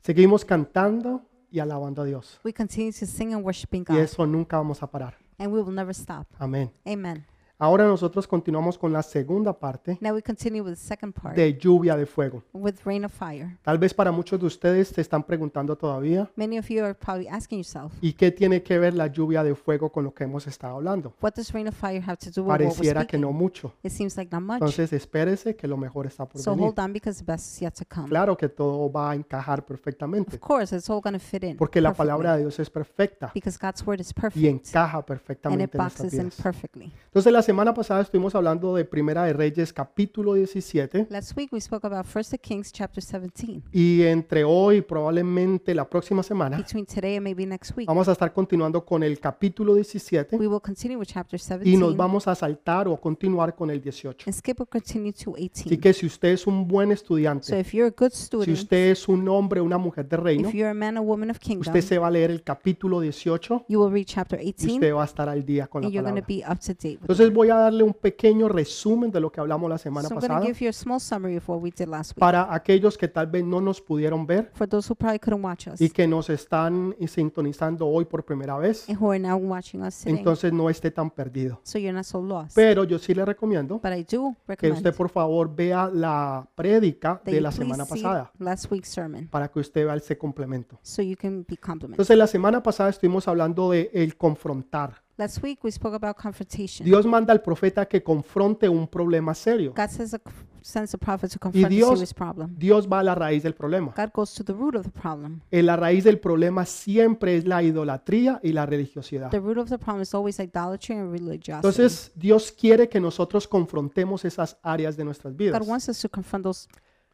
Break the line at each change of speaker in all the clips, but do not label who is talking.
Seguimos cantando y alabando a Dios.
We continue to sing and worshiping
Y
God,
eso nunca vamos a parar.
and we will never stop.
Amén.
Amen.
Ahora nosotros continuamos con la segunda parte
Now we continue with the second part
de lluvia de fuego.
with rain of fire.
Tal vez para muchos de ustedes se están preguntando todavía,
Many of you are probably asking yourself,
¿y qué tiene que ver la lluvia de fuego con lo que hemos estado hablando?
what does rain of fire have to do with what we're
Pareciera que
speaking?
no mucho.
It seems like not much.
Entonces espérese que lo mejor está por
So
venir.
hold on because the best is yet to come.
Claro que todo va a encajar perfectamente,
Of course, it's all going to fit in.
porque la
perfectly,
palabra de Dios es perfecta
because God's word is
y
perfect
encaja
and it
perfectamente en nuestras
boxes in
vidas.
perfectly.
Entonces la semana pasada estuvimos hablando de Primera de Reyes capítulo 17
Last week we spoke about First Kings chapter 17.
y entre hoy y probablemente la próxima semana
Between today and maybe next week,
vamos a estar continuando con el capítulo 17
we will continue with chapter
y nos
17
vamos a saltar o a continuar con el 18.
and skip or continue to
Así
18.
que si usted es un buen
So
estudiante,
if you're a good
si
student,
usted es un hombre o una mujer de reino,
if you're a man or woman of kingdom,
usted se va a leer el capítulo 18
you will read chapter
y
18
usted va a estar al día con la
and you're going to
palabra.
be up to date with it.
Entonces voy a darle un pequeño resumen de lo que hablamos la semana
So I'm going
pasada
to give you a small summary of what we did last week
para aquellos que tal vez no nos pudieron ver
for those who probably couldn't watch us
y que nos están eh, sintonizando hoy por primera vez,
and who are now watching us today.
entonces no esté tan perdido.
so you're not so lost.
Pero yo sí le recomiendo
But I do
que
recommend
usted por favor vea la prédica
that
de
you
la
please
semana
see
pasada
last week's sermon
para que usted vea ese complemento.
so you can be complimented.
Entonces la semana pasada estuvimos hablando de el confrontar.
Last week we spoke about confrontation.
Dios manda al profeta que confronte un problema serio.
God says a, sends a prophet to confront
Dios-
a serious problem.
Dios va a la raíz del problema.
God goes to the root of the problem.
Eh, La raíz del problema siempre es la idolatría y la religiosidad.
The root of the problem is always idolatry and religiosity.
Ah. Entonces, Dios quiere que nosotros confrontemos esas áreas de nuestras vidas.
God wants us to confront those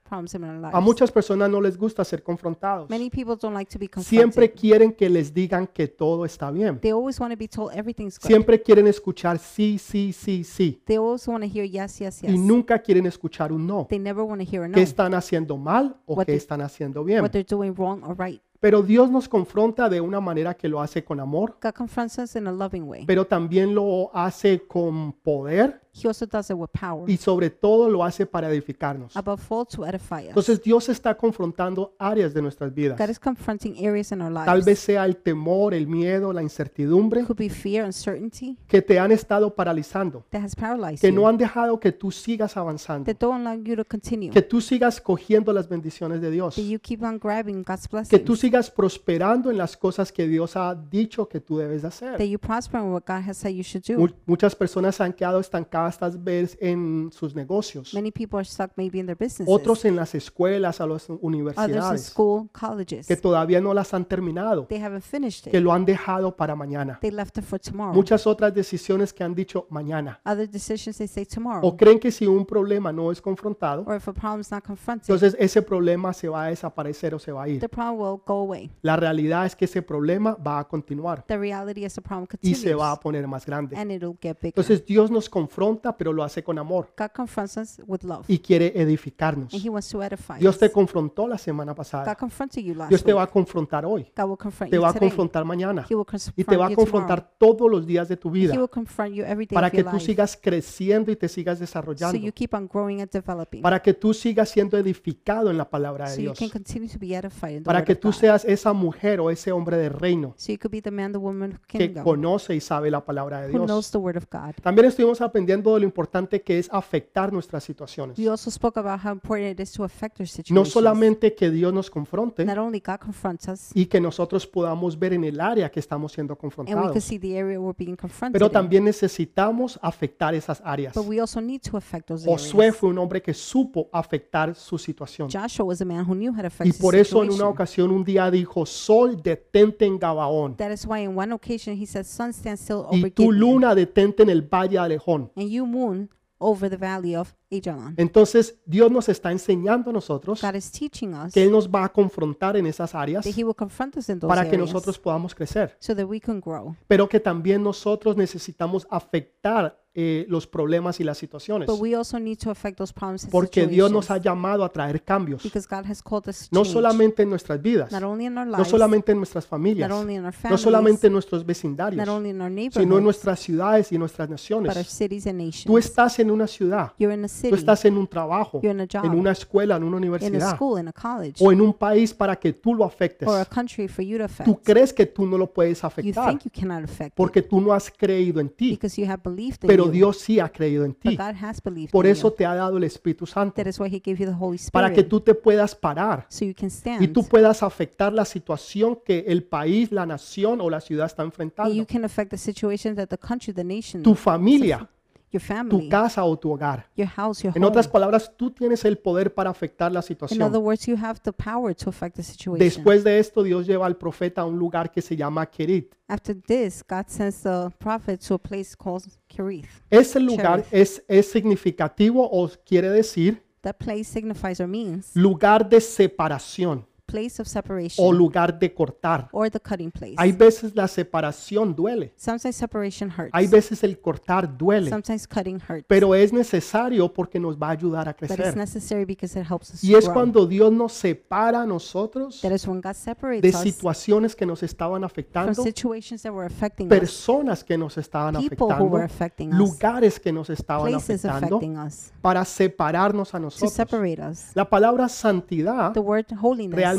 problems in our lives.
A muchas personas no les gusta ser confrontados.
Many people don't like to be confronted.
Siempre quieren que les digan que todo está bien.
they always want to be told everything's good.
Siempre quieren escuchar sí, sí, sí, sí.
They always want to hear yes, yes, yes.
Y nunca quieren escuchar un no.
They never want to hear a no.
¿Qué están haciendo mal o
What
qué
they-
están haciendo bien?
What they're doing wrong or right.
Pero Dios nos confronta de una manera que lo hace con amor,
God confronts us in a loving way.
pero también lo hace con poder
He also does it with power.
y sobre todo lo hace para edificarnos.
Above all, to edify us.
Entonces Dios está confrontando áreas de nuestras vidas.
God is confronting areas in our lives.
Tal vez sea el temor, el miedo, la incertidumbre
could be fear, uncertainty
que te han estado paralizando,
that has paralyzed
que
you.
no han dejado que tú sigas avanzando,
that don't allow you to continue.
que tú sigas cogiendo las bendiciones de Dios,
that you keep on grabbing God's
que
blessing.
tú sigas prosperando en las cosas que Dios ha dicho que tú debes de
that
hacer.
you prosper in what God has said you should do.
Mu- Muchas personas se han quedado estancadas tal vez en sus negocios,
Many people are stuck maybe in their businesses.
otros en las escuelas, a las
Others in
universidades,
school, colleges.
que todavía no las han terminado,
they haven't finished it.
que lo han dejado para mañana.
they left it for tomorrow.
Muchas otras decisiones que han dicho mañana.
Other decisions they say tomorrow.
o creen que si un problema no es confrontado,
Or if a problem's not confronted,
entonces ese problema se va a desaparecer o se va a ir.
the problem will go away.
La realidad es que ese problema va a continuar
The reality is the problem
y
continues
se va a poner más grande.
and it'll get bigger.
Entonces Dios nos confronta, pero lo hace con amor
God confronts us with love
y quiere edificarnos.
and He wants to edify
Dios te
us.
confrontó la semana
God
pasada.
confronted you last
Dios te
week.
va a confrontar hoy,
God will confront
te
you
va a
today.
confrontar mañana
He will
y te va
confront
a
you tomorrow.
confrontar todos los días de tu vida
He will confront you every day
para
of your
que tú
life.
sigas creciendo y te sigas
So
desarrollando,
you keep on growing and developing.
para que tú sigas siendo edificado en la palabra de
So you
Dios.
can continue to be edified in the
para
word
que
of
tú
God.
seas esa mujer o ese hombre de reino
So you could be the man, the woman of
que
kingdom
conoce y sabe la palabra de
who knows
Dios.
the word of God.
También estuvimos aprendiendo de lo importante que es afectar nuestras situaciones.
We also spoke about how important it is to affect our
No
situations.
solamente que Dios nos confronte
Not only God confronts us,
y que nosotros podamos ver en el área que estamos siendo
and we can
confrontados,
see the area we're being confronted
pero
in,
también necesitamos afectar esas áreas.
but we also need to affect those
Josué
areas.
fue un hombre que supo afectar su situación.
Joshua was a man who knew how to affect
Y
his
por eso en una
situation.
ocasión un día dijo, Sol, detente en Gabaón
That is why in one occasion he said, sun stand still over
y tu
Gibeon,
luna detente en el valle de Alejón.
and you moon over the valley of Ajalon.
Entonces, Dios nos está enseñando a nosotros
God is teaching us
que Él
that
nos va a confrontar en esas áreas
He will confront us in those
para que
areas
nosotros podamos crecer,
so that we can grow.
pero que también nosotros necesitamos afectar eh, los problemas y las situaciones,
But we also need to affect those problems and
porque Dios nos ha
situations
llamado a traer cambios,
because God has called us to
no
change,
solamente en nuestras vidas,
not only in our
no
lives,
solamente en nuestras
not
familias,
only in our
no
families,
solamente en nuestros
not
vecindarios,
only in
sino
our
en
neighborhoods,
nuestras ciudades y nuestras
but our
naciones.
cities and
Tú
nations.
estás en una ciudad,
You're in a
Tú
city,
estás en un trabajo,
You're in a job.
en una escuela, en una
in a
universidad
school, in a college,
o en un país para que tú lo afectes.
or a country for you to affect.
Tú crees que tú no lo puedes
You
afectar
think you cannot affect it
porque tú no has creído en ti,
because you have believed in
pero
you.
Dios sí ha creído en
but
ti.
God has believed
Por
in
eso
you.
te ha dado el Espíritu Santo,
That is why He gave you the Holy Spirit
para que tú te puedas parar
so you can stand.
y tú puedas afectar la situación que el país, la nación o la ciudad está
and you
enfrentando,
can affect the situation that the country, the nation,
tu familia,
your
tu
family,
casa o tu hogar.
your house, your
En
home.
otras palabras, tú tienes el poder para afectar la
in other
situación.
words, you have the power to affect the situation.
Después de esto, Dios lleva al profeta a un lugar que se llama Kerit.
After this, God sends the prophet to a place called Kerith.
Ese lugar es, es significativo o quiere decir
That place signifies or means
lugar de separación
place of separation
o lugar de cortar.
or the cutting place.
Hay veces la separación duele,
Sometimes separation hurts.
hay veces el cortar duele,
Sometimes cutting hurts.
pero es necesario porque nos va a ayudar a
but it's
crecer.
necessary because it helps us
Y es
grow.
cuando Dios nos separa a nosotros
that is when God separates
de
us
situaciones que nos estaban
from
afectando,
situations that were affecting us,
personas que nos estaban
people who
afectando,
were affecting us,
lugares que nos estaban
places
afectando,
affecting us,
para separarnos a
to
nosotros.
separate us.
La palabra santidad
The word holiness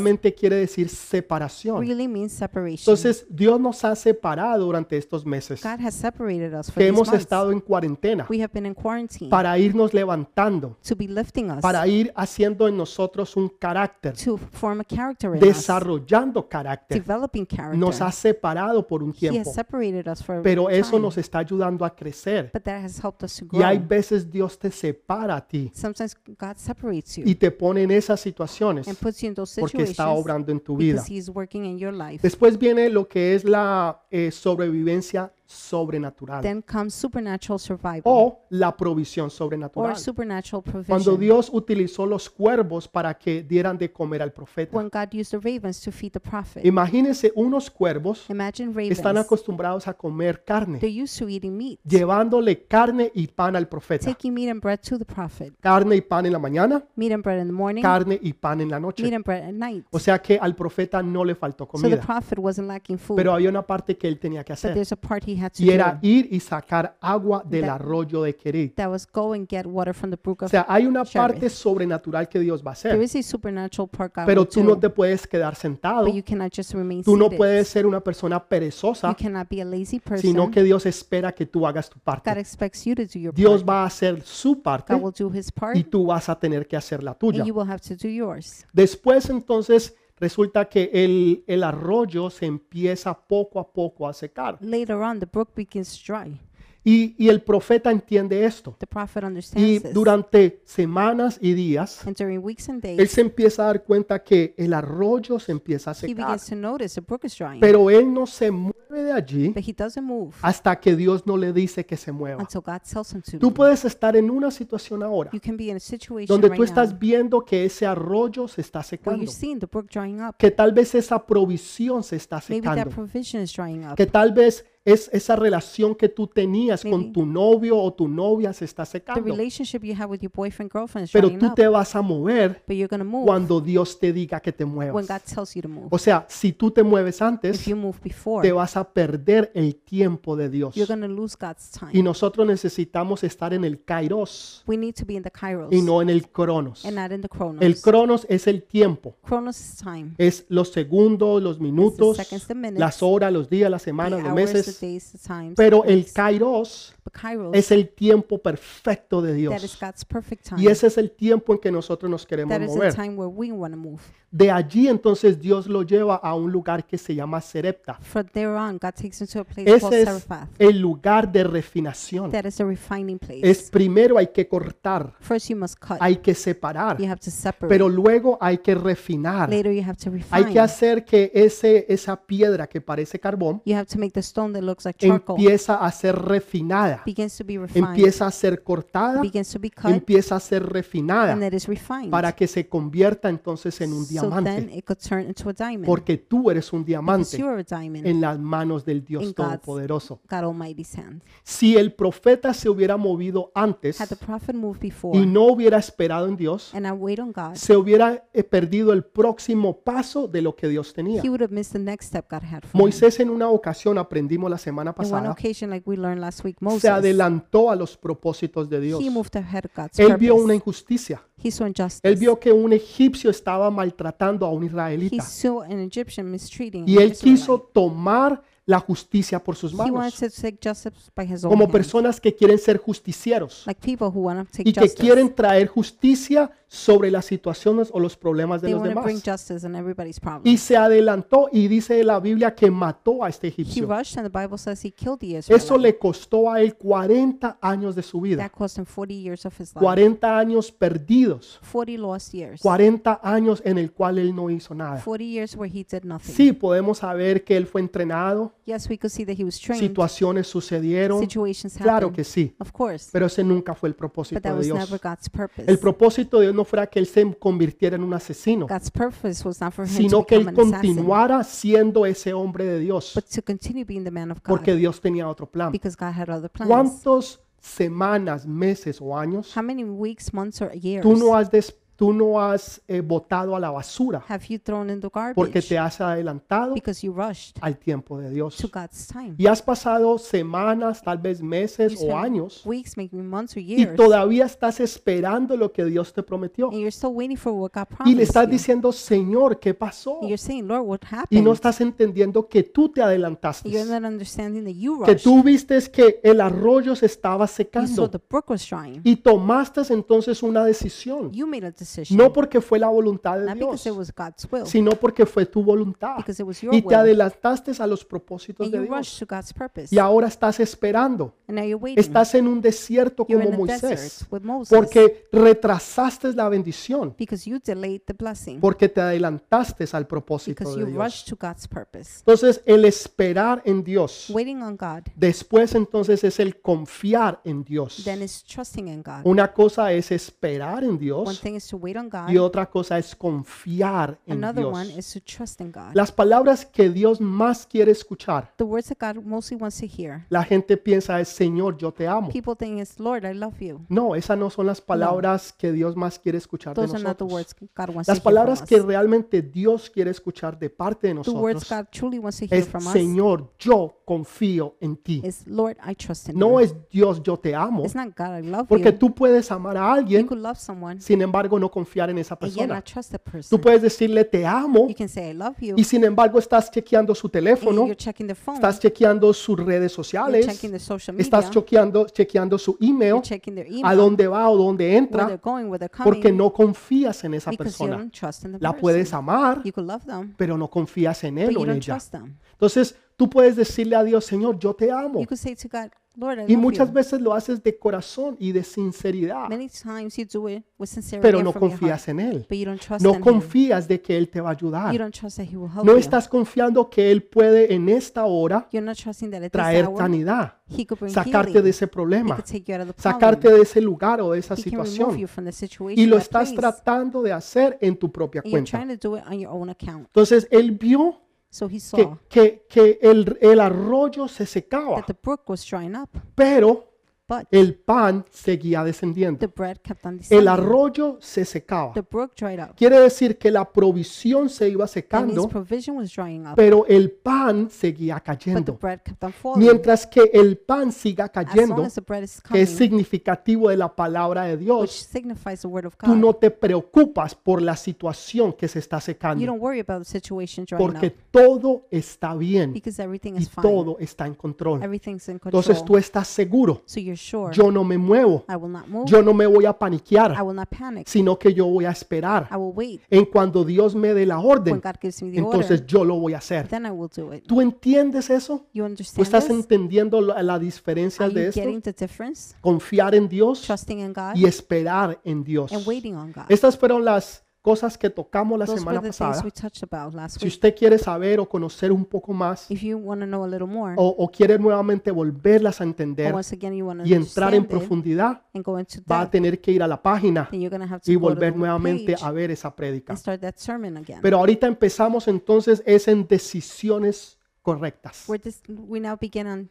realmente quiere decir separación.
really means separation.
Entonces, Dios nos ha separado durante estos meses
God has separated us for
que
these
hemos
months.
estado en cuarentena
we have been in quarantine
para irnos levantando,
to be lifting us
para ir haciendo en nosotros un carácter,
to form a character in us,
desarrollando carácter.
developing character.
Nos ha separado por un
he
tiempo,
has separated us for a
pero eso
time,
nos está ayudando a crecer.
but that has helped us to grow.
Y hay veces Dios te separa a ti
Sometimes God separates you
y te pone en esas situaciones
and puts you in those
porque
situations
está obrando en tu vida.
because He's working in your life.
Después viene lo que es la eh, sobrevivencia sobrenatural
Then comes supernatural survival
o la provisión
or
sobrenatural.
supernatural
Oh, Cuando
provision.
Dios utilizó los cuervos para que dieran de comer al profeta.
When God used the ravens to feed the prophet,
Imagínense unos cuervos
imagine
que están
ravens.
acostumbrados a comer carne,
They're used to eating meat,
llevándole carne y pan al profeta.
taking meat and bread to the prophet,
Carne y pan en la mañana,
meat and bread in the morning,
carne y pan en la
meat
noche.
and bread at night.
O sea que al profeta no le faltó
So the
comida,
prophet wasn't lacking food,
pero había una parte que él tenía que
but
hacer
there's a part he had to
y era
do.
ir y sacar agua del arroyo de Querit.
That was go and get water from the brook
O
of.
sea, hay una
Sherry.
parte sobrenatural que Dios va a
There
hacer,
is a supernatural part God will
pero tú
do,
no te puedes quedar sentado,
but you cannot just remain
tú no
seated.
puedes ser una persona
You
perezosa,
cannot be a lazy person.
sino que Dios espera que tú hagas tu
God
parte.
expects you to do your
Dios
part.
va a hacer su parte
God will do His part,
y tú vas a tener que hacer la tuya.
and you will have to do yours.
Después entonces resulta que el, el arroyo se empieza poco a poco a secar
Later on, the brook begins dry.
y, y el profeta entiende esto
The prophet
y
understands this.
durante semanas y días
and during weeks and
él
days,
se empieza a dar cuenta que el arroyo se empieza a
he
secar.
begins to notice the brook is drying.
Pero él no se mueve de allí
but he doesn't move
hasta que Dios no le dice que se mueva.
until God tells him to.
Tú
move.
puedes estar en una situación ahora
you can be in a situation
donde
right
tú estás
now
viendo que ese arroyo se está
where
secando,
you're seeing the brook drying up.
que tal vez esa provisión se está
Maybe that
secando,
provision is drying up.
que tal vez es esa relación que tú tenías con
Maybe.
tu novio o tu novia se está
The
secando.
relationship you have with your boyfriend, girlfriend is
Pero
drying
tú
up.
te vas a mover
But you're going to move
cuando Dios te diga que te
when
muevas.
God tells you to move.
O sea, si tú te mueves
If
antes,
you move before,
te vas a perder el tiempo de Dios.
you're going to lose God's
Y
time.
nosotros necesitamos estar en el kairos
We need to be in the kairos
y no en el cronos.
and not in the chronos.
El cronos es el tiempo,
chronos is time.
es los segundos, los minutos,
seconds, the minutes,
las horas, los días, las
The
semanas, los
hours, the
meses.
days, the times.
Pero
the
el
weeks.
kairos
But kairos,
es el tiempo perfecto de
that is
Dios.
God's perfect time.
Y ese es el tiempo en que nosotros nos queremos
that is the
mover.
time where we want to move.
De allí entonces Dios lo lleva a un lugar que se llama Serepta.
From there on, God takes him to a place called
Ese es
Seraphath.
el lugar de refinación.
That is a refining place.
Es primero hay que cortar,
First, you must cut.
hay que separar.
you have to separate.
pero luego hay que refinar.
Later, you have to
Hay
refine.
que hacer que ese, esa piedra que parece carbón
you have to make the stone that looks like charcoal
empieza a ser refinada,
begins to be refined,
empieza a ser cortada,
begins to be cut,
empieza a ser
and
refinada
that is refined.
para que se convierta entonces en un
so then
diamante,
it could turn into a diamond.
porque tú eres un
because
diamante
you are a diamond
en las manos del Dios
in God's-
Todopoderoso.
God Almighty's hand.
Si el profeta se hubiera movido antes
Had the prophet moved before
y no hubiera esperado en Dios,
and I wait on God,
se hubiera eh, perdido el próximo paso de lo que Dios tenía.
he would have missed the next step God had for him.
Moisés en una ocasión, aprendimos la semana
In one
pasada,
occasion, like we learned last week,
se
Moses
adelantó a los propósitos de Dios.
He moved ahead of God's
Él vio una
purpose.
injusticia.
He saw injustice.
Él vio que un egipcio estaba maltratando a un
He
israelita.
saw an Egyptian mistreating.
Y
an
él quiso
Israelite.
tomar la justicia por sus
He wanted
manos.
to take justice by his own
Como
hand,
personas que quieren ser justicieros
like people who want to take
y que
justice.
quieren traer justicia sobre las situaciones o los problemas de
they
los
want to bring
demás.
justice in everybody's problem.
Y se adelantó y dice la Biblia que mató a este
He
egipcio.
rushed, and the Bible says he killed the Israelite.
Eso le costó a él 40 años de su vida.
that cost him 40 years of his life.
40 años perdidos.
40 lost years.
40 años en el cual él no hizo nada.
40 years where he did nothing.
Sí, podemos saber que él fue entrenado,
Yes, we could see that he was trained.
situaciones sucedieron,
Situations happened.
claro que sí,
Of course.
pero ese nunca fue el
But
propósito
that
de
was
Dios.
never God's purpose.
El propósito de Dios no fuera que él se convirtiera en un asesino,
God's purpose was not for him to
sino que
become
él
an assassin,
continuara siendo ese hombre de Dios,
but to continue being the man of God.
porque Dios tenía otro plan.
because God had other plans.
¿Cuántas semanas, meses o años
How many weeks, months, or years
tú no has, des- tú no has eh, botado a la basura
have you thrown in the
porque
garbage
te has adelantado
because you rushed
al tiempo de
to
Dios?
God's time?
Y has pasado semanas, tal vez meses
You
o
spent
años
Weeks, maybe months or
y
years,
todavía estás esperando lo que Dios te prometió.
and you're still waiting for what God
Y le
promised
estás
you.
diciendo, Señor, ¿qué pasó?
And you're saying, Lord, what
Y
happened?
no estás entendiendo que tú te
And you're
adelantaste,
not understanding that you
que
rushed.
tú viste que el arroyo se estaba
you saw
secando
the brook was drying.
y tomaste entonces una decisión,
You made a decision.
no porque fue la voluntad de
not because
Dios,
it was God's will,
sino porque fue tu voluntad
because it was your
y te
will.
adelantaste a los propósitos
and
de
you
Dios.
rushed to God's purpose.
Y ahora estás esperando,
and now you're waiting.
estás en un desierto
you're
como
in a
Moisés,
desert with Moses
porque retrasaste la bendición,
because you delayed the blessing.
porque te adelantaste al
because
propósito de
you
Dios.
rushed to God's purpose.
Entonces, el esperar en Dios,
Waiting on God
después entonces es el confiar en Dios.
then is trusting in God.
Una cosa es esperar en
One
Dios
thing is to wait on God.
y otra cosa es confiar en
Another one
Dios.
is to trust in God.
Las palabras que Dios más quiere escuchar,
The words that God mostly wants to hear.
la gente piensa es Señor, yo te amo.
People think it's Lord, I love you.
No, esas no son las palabras que Dios más quiere escuchar de
Those are not the
nosotros.
words God
Las
wants to hear from
palabras que
us.
realmente Dios quiere escuchar de parte de
The words
nosotros
God truly wants to hear
es
from us
Señor, yo confío en ti.
is Lord, I trust in
No
you.
es Dios, yo te amo,
It's not God, I love
porque
you.
tú puedes amar a
You
alguien,
could love someone
sin embargo no confiar en esa
and yet
persona.
not trust that person.
Tú puedes decirle te amo
You can say I love you
y sin embargo estás chequeando su
and
teléfono,
you're checking the phone,
estás chequeando sus redes
you're
sociales,
checking the social media,
estás chequeando, chequeando su email,
you're checking their
a
email,
dónde va o dónde
where they're
entra,
going, where they're coming,
porque no confías en esa
because you
persona.
don't trust in the
La puedes
person.
amar,
You could love them,
pero no confías en
but
él o
you
en
don't
ella.
trust them.
Entonces, tú puedes decirle a Dios, Señor, yo te amo.
You could say to God, Lord, I
Y
love
muchas
you.
veces lo haces de corazón y de sinceridad,
Many times you do it with sincerity
pero
and
no
from your heart,
confías en él.
but you don't trust
No
in Him.
confías de que él te va a
You
ayudar.
don't trust that He will help
No
you.
estás confiando que él puede en esta hora
You're not trusting that at this
traer
hour
sanidad,
He could bring
sacarte
healing.
de ese
He
problema,
could take you out of the problem.
sacarte de ese lugar o de esa
He can remove you
situación.
from the situation
Y lo
that
estás
place,
tratando de hacer en tu propia
and you're
cuenta.
trying to do it on your own account.
Entonces él vio
So he
que,
saw
que, que el, el arroyo se secaba,
that the brook was drying up,
pero
but
el pan seguía descendiendo.
the bread kept on
El
descending.
arroyo se secaba.
The brook dried up,
Quiere decir que la provisión se iba
and his
secando,
provision was drying up,
pero el pan seguía
but the
cayendo.
bread kept on falling.
Mientras que el pan siga
As long
cayendo,
as the bread is
que es
coming,
significativo de la palabra de
which
Dios,
signifies the word of
tú
God,
no te preocupas por la situación que se está
you
secando,
don't worry about the situation drying
porque
up
todo está bien
because everything
y
is fine.
todo está en control.
Everything's in
Entonces tú
control.
estás seguro,
So you're sure
yo no me muevo,
I will not move.
yo no me voy a
I
paniquear,
will not panic.
sino que yo voy a esperar.
I will wait
En cuando Dios me dé la
when
orden,
God gives me the
entonces
order.
yo lo voy a hacer.
Then I will do it.
¿Tú entiendes eso?
You
¿Tú
understand
estás
this?
entendiendo la, la
Are
diferencia de
you
esto?
getting the difference?
Confiar en Dios
Trusting in God
y esperar en Dios.
and waiting on God.
Estas fueron las cosas que tocamos la
Those were
semana
the things
pasada.
we touched about last
Si
week.
usted quiere saber o conocer un poco más
If you want to know a little more,
o, o quiere nuevamente volverlas a
or
entender
once again you want to
y entrar en
understand it
profundidad,
and go into
va a
depth,
tener que ir a la página
then you're going to have
y
to go to
volver
the
nuevamente
page
a ver esa prédica.
and start that sermon again.
Pero ahorita empezamos entonces es en decisiones correctas.
We're dis- we now begin on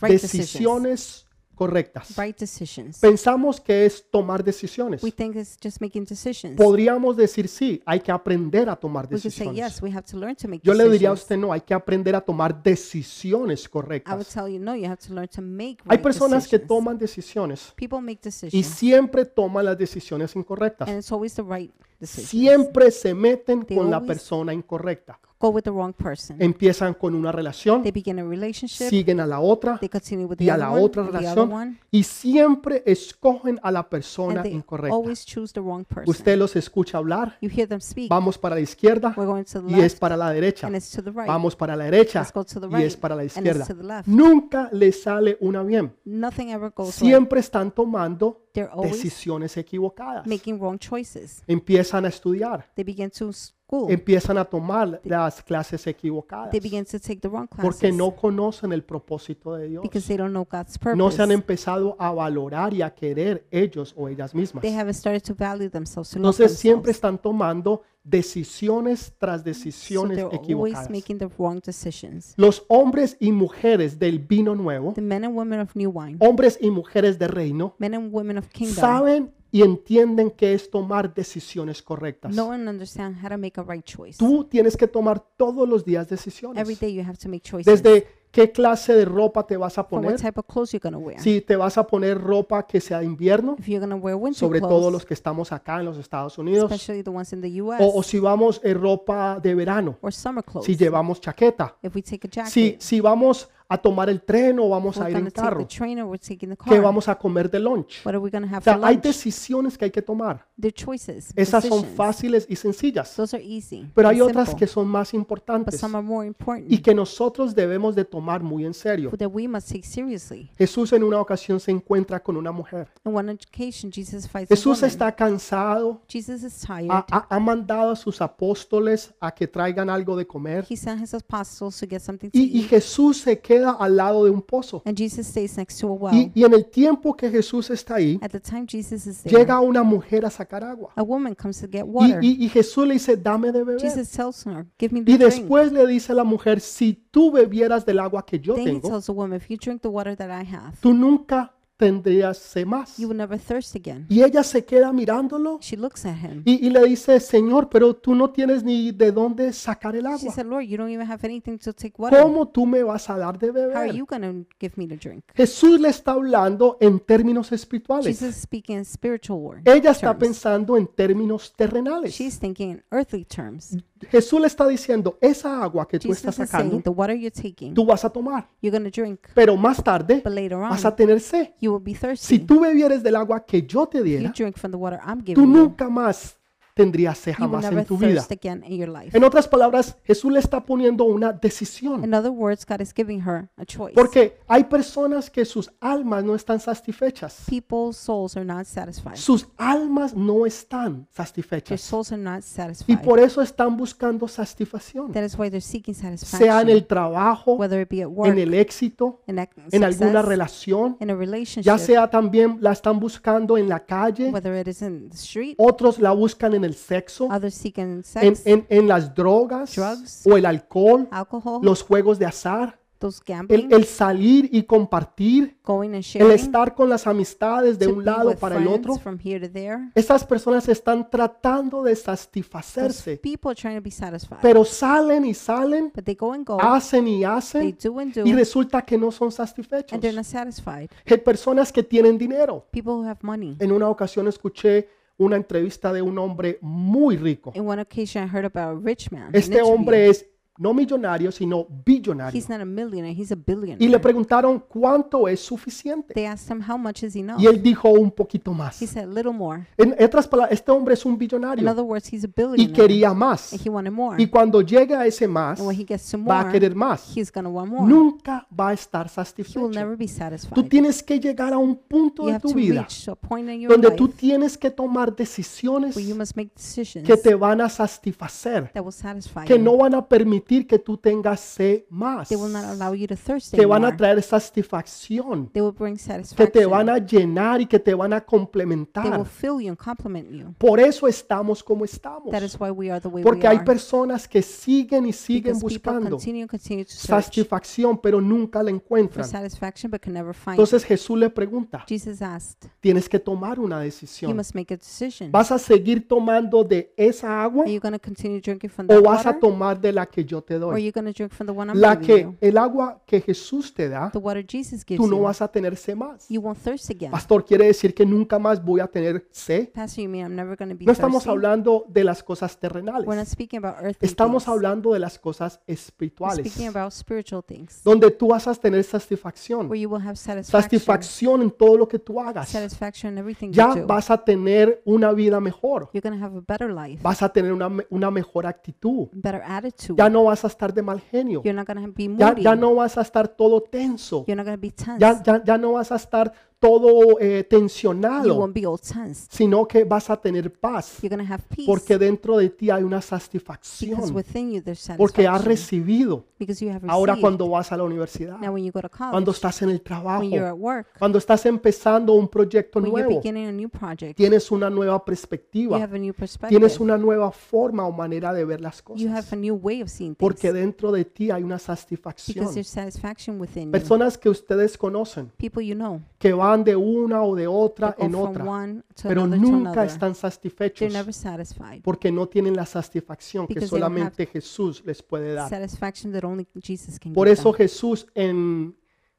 right decisions.
Decisiones correctas.
right decisions.
Pensamos que es tomar decisiones.
We think it's just making decisions.
Podríamos decir sí, hay que aprender a tomar
We could say, yes,
decisiones.
we have to learn to make
Yo le diría a
decisions.
usted no, hay que aprender a tomar decisiones
I would
correctas.
tell you, no, you have to learn to make
Hay
right
personas que
decisions.
toman decisiones
People make
y
decisions,
siempre toman las decisiones incorrectas.
and it's always the right decision.
Siempre se meten
They
con la
always-
persona incorrecta.
Go with the wrong person.
Empiezan con una relación,
They begin a relationship.
siguen a la otra
They continue with
y
the
a
other
la
one,
otra
with the other
relación
one,
y siempre escogen a la
and
persona
they
incorrecta.
always choose the wrong person.
Usted los escucha hablar,
you hear them speak.
vamos para la izquierda
We're going to the
y es
left,
para la derecha.
and it's to the right.
Vamos para la derecha
Let's go to the
y es
right,
para la
and it's
izquierda.
to the left.
Nunca le sale una bien.
Nothing ever goes right.
Siempre están tomando
They're always
decisiones equivocadas.
making wrong choices.
Empiezan a estudiar,
They begin to school.
empiezan a tomar las clases equivocadas
Oh. They begin to take the wrong classes
porque no conocen el propósito de Dios.
because they don't know God's
No se han
purpose.
empezado a valorar y a querer ellos o ellas mismas.
They haven't started to value themselves, to love
Entonces siempre
themselves.
están tomando decisiones tras
So
decisiones
they're always
equivocadas.
making the wrong decisions.
Los hombres y mujeres del vino nuevo,
The men and women of new wine,
hombres y mujeres de reino,
men and women of kingdom,
saben y entienden que es tomar decisiones correctas.
know and understand how to make a right choice.
Tú tienes que tomar todos los días
Every
decisiones.
day you have to make choices.
Desde qué clase de ropa te vas a
For what
poner.
type of clothes you're gonna wear.
Si te vas a poner ropa que sea de invierno,
If you're gonna wear winter
sobre todo los
clothes,
que estamos acá en los Estados Unidos,
especially the ones in the
o, o
U.S.
si vamos en ropa de verano,
or summer clothes.
si llevamos chaqueta,
If we take a
si,
jacket,
si vamos a tomar el tren o vamos a
we're
ir en
gonna take the
carro,
train or we're taking the
qué
car.
vamos a comer de lunch. O
What are we gonna have for
sea, hay
lunch?
decisiones que hay que tomar.
Their choices.
Esas son
decisions.
fáciles y sencillas,
Those are easy.
pero
and
hay otras
simple,
que son más
but
importantes
some are Mm. more important
y que nosotros debemos de tomar muy en serio.
that we must take seriously.
Jesús en una ocasión se encuentra con una mujer.
On one occasion, Jesus fights a
Jesús
woman.
está Ah, cansado,
Jesus is tired.
ha, ha- ha mandado a sus apóstoles a que traigan algo de comer
he sent his apostles to get something to
y, y
eat,
Jesús se queda al lado de un pozo.
and Jesus stays next to a well.
Y, y en el tiempo que Jesús está ahí,
At the time Jesus is there,
llega una mujer a sacar agua.
a woman comes to get
Y,
water.
y- y Jesús le dice, dame de beber.
Jesus tells her, "Give me the
Y
drink."
después le dice a la mujer, si tú bebieras del agua que yo
Then he
tengo,
tells the woman, "If you drink the water that I have,
tú nunca tendrías sed más.
you will never thirst again."
Y ella se queda mirándolo
She looks at him.
y, y le dice, Señor, pero tú no tienes ni de dónde sacar el
She
agua.
said, "Lord, you don't even have anything to take water.
¿Cómo tú me vas a dar de
How are
beber?
you going to give me the drink?"
Jesús le está hablando en términos espirituales.
Jesus is speaking in spiritual word.
Ella está
terms.
pensando en términos terrenales.
She's thinking in earthly terms.
Jesús le está diciendo, esa agua que tú estás
Jesus is saying,
sacando,
"The water you're taking,
tú vas a tomar,
you're going to drink,
pero más tarde
but later
vas a
on,
tener sed.
you will be
Si
thirsty.
tú bebieras del agua que yo te
If you
diera,
drink from the water I'm
tú
giving you,
nunca más tendrías sed
you will
jamás
never
en tu vida.
thirst again in your life."
En otras palabras, Jesús le está poniendo una decisión.
In other words, God is giving her a choice.
Porque hay personas que sus almas no están satisfechas.
People's souls are not satisfied.
Sus almas no están
Their
satisfechas.
souls are not
Y
satisfied.
por eso están buscando satisfacción.
That is why they're seeking
Sea en
satisfaction,
el trabajo,
whether it be at
en
work,
el éxito,
in, ac-
en alguna
success,
relación.
in a
Ya
relationship,
sea también la están buscando en la calle,
whether it is in the street,
otros la buscan en el sexo,
others seeking
en,
sex,
en- en las drogas
Drugs.
o el alcohol,
alcohol,
los juegos de azar,
those
el,
gambling,
el salir y compartir,
going and
el
sharing,
estar con las amistades de
to
un
be
lado
with
para el
friends
otro.
from here to there.
Estas personas están tratando de
Those
satisfacerse,
people are trying to be satisfied,
pero salen y salen,
but they go and go,
hacen y
Oh. they
hacen
do and
y
do,
resulta que no son satisfechos.
and they're not satisfied.
Hay personas que tienen dinero.
People who have money.
En una ocasión escuché una entrevista de un hombre muy rico.
In one occasion, I heard about a rich man. an
Este
interview.
hombre es no millonario, sino billonario.
He's not a millionaire, he's
Y
a
le
billionaire.
preguntaron cuánto es suficiente.
They asked him, How much is enough?
Y él dijo un poquito más.
He said, Little more.
En otras palabras, este hombre es un
In
billonario
other words, he's a
y
billionaire.
quería más.
And he wanted more.
Y cuando llegue a ese más,
And when he gets to
va a
more,
querer más.
he's going to want more.
Nunca va a estar
He will
satisfecho.
never be
Tú
satisfied.
tienes que llegar a un punto
You
de
have
tu
to
vida
reach to a point in your
donde tú
life
tienes que tomar decisiones
where you must make decisions
que te van a satisfacer,
that will satisfy
que
you,
no van a permitir que tú tengas sed más.
They will not allow you to thirst
Te van a
anymore.
traer satisfacción,
They will bring
que
satisfaction.
te van a llenar y que te van a
they will
complementar.
fill you and compliment you.
Por eso estamos como estamos.
That is why we are the way we
Porque hay
are.
personas que siguen y siguen
because people
buscando
continue and continue to search
satisfacción, pero nunca la
for
encuentran.
satisfaction but can never find it.
Entonces Jesús le pregunta,
Jesus asked,
tienes que tomar una
you
decisión.
must make a decision.
¿Vas a seguir tomando de esa agua
Are you going to continue drinking from
o
that
vas a
water?
tomar de la que yo te
Or are
doy?
you going to drink from the one I'm
La
giving
que
you?
el agua que Jesús te da,
The water Jesus gives
tú no
you.
vas a tener sed más.
You won't thirst again.
Pastor, quiere decir que nunca más voy a tener sed.
Pastor, you mean I'm never going to be
No estamos
thirsty?
hablando de las cosas
We're not
terrenales.
speaking about earthly
Estamos
things.
hablando de las cosas
We're
espirituales,
speaking about spiritual things.
donde tú vas a tener satisfacción.
Where you will have satisfaction.
satisfacción en todo lo que tú hagas.
Satisfaction in everything
Ya
you do.
vas a tener una vida mejor,
You're going to have a better life.
vas a tener una, me- una mejor actitud,
better attitude.
ya no vas a estar de mal genio,
You're not going to be
ya,
moody.
ya no vas a estar todo tenso,
You're not going to be tense.
ya, ya, ya no vas a estar todo eh,
You
tensionado,
won't be all tensed.
sino que vas a tener paz,
You're going to have peace.
porque dentro de ti hay una
because
satisfacción,
within you there's satisfaction.
porque has recibido.
because you have received.
Ahora cuando vas a la universidad,
now when you go to college,
cuando estás en el
when you're
trabajo,
at work,
cuando estás empezando un proyecto
when you're
nuevo,
beginning a new project,
tienes una nueva
you
perspectiva,
have a new perspective.
tienes una nueva forma o manera de ver las
you have
cosas,
a new way of seeing things.
porque dentro de ti hay una
because
satisfacción.
there's satisfaction within you.
Personas que ustedes conocen,
People you know,
que van de una o de
they
otra
go
en
from
otra,
one to
pero
another to
nunca
another.
están
They're
satisfechos
never satisfied.
porque no tienen la satisfacción que
Because they don't have
solamente Jesús les puede dar.
Satisfaction that only Jesus can
Por
give
eso
them.
Jesús en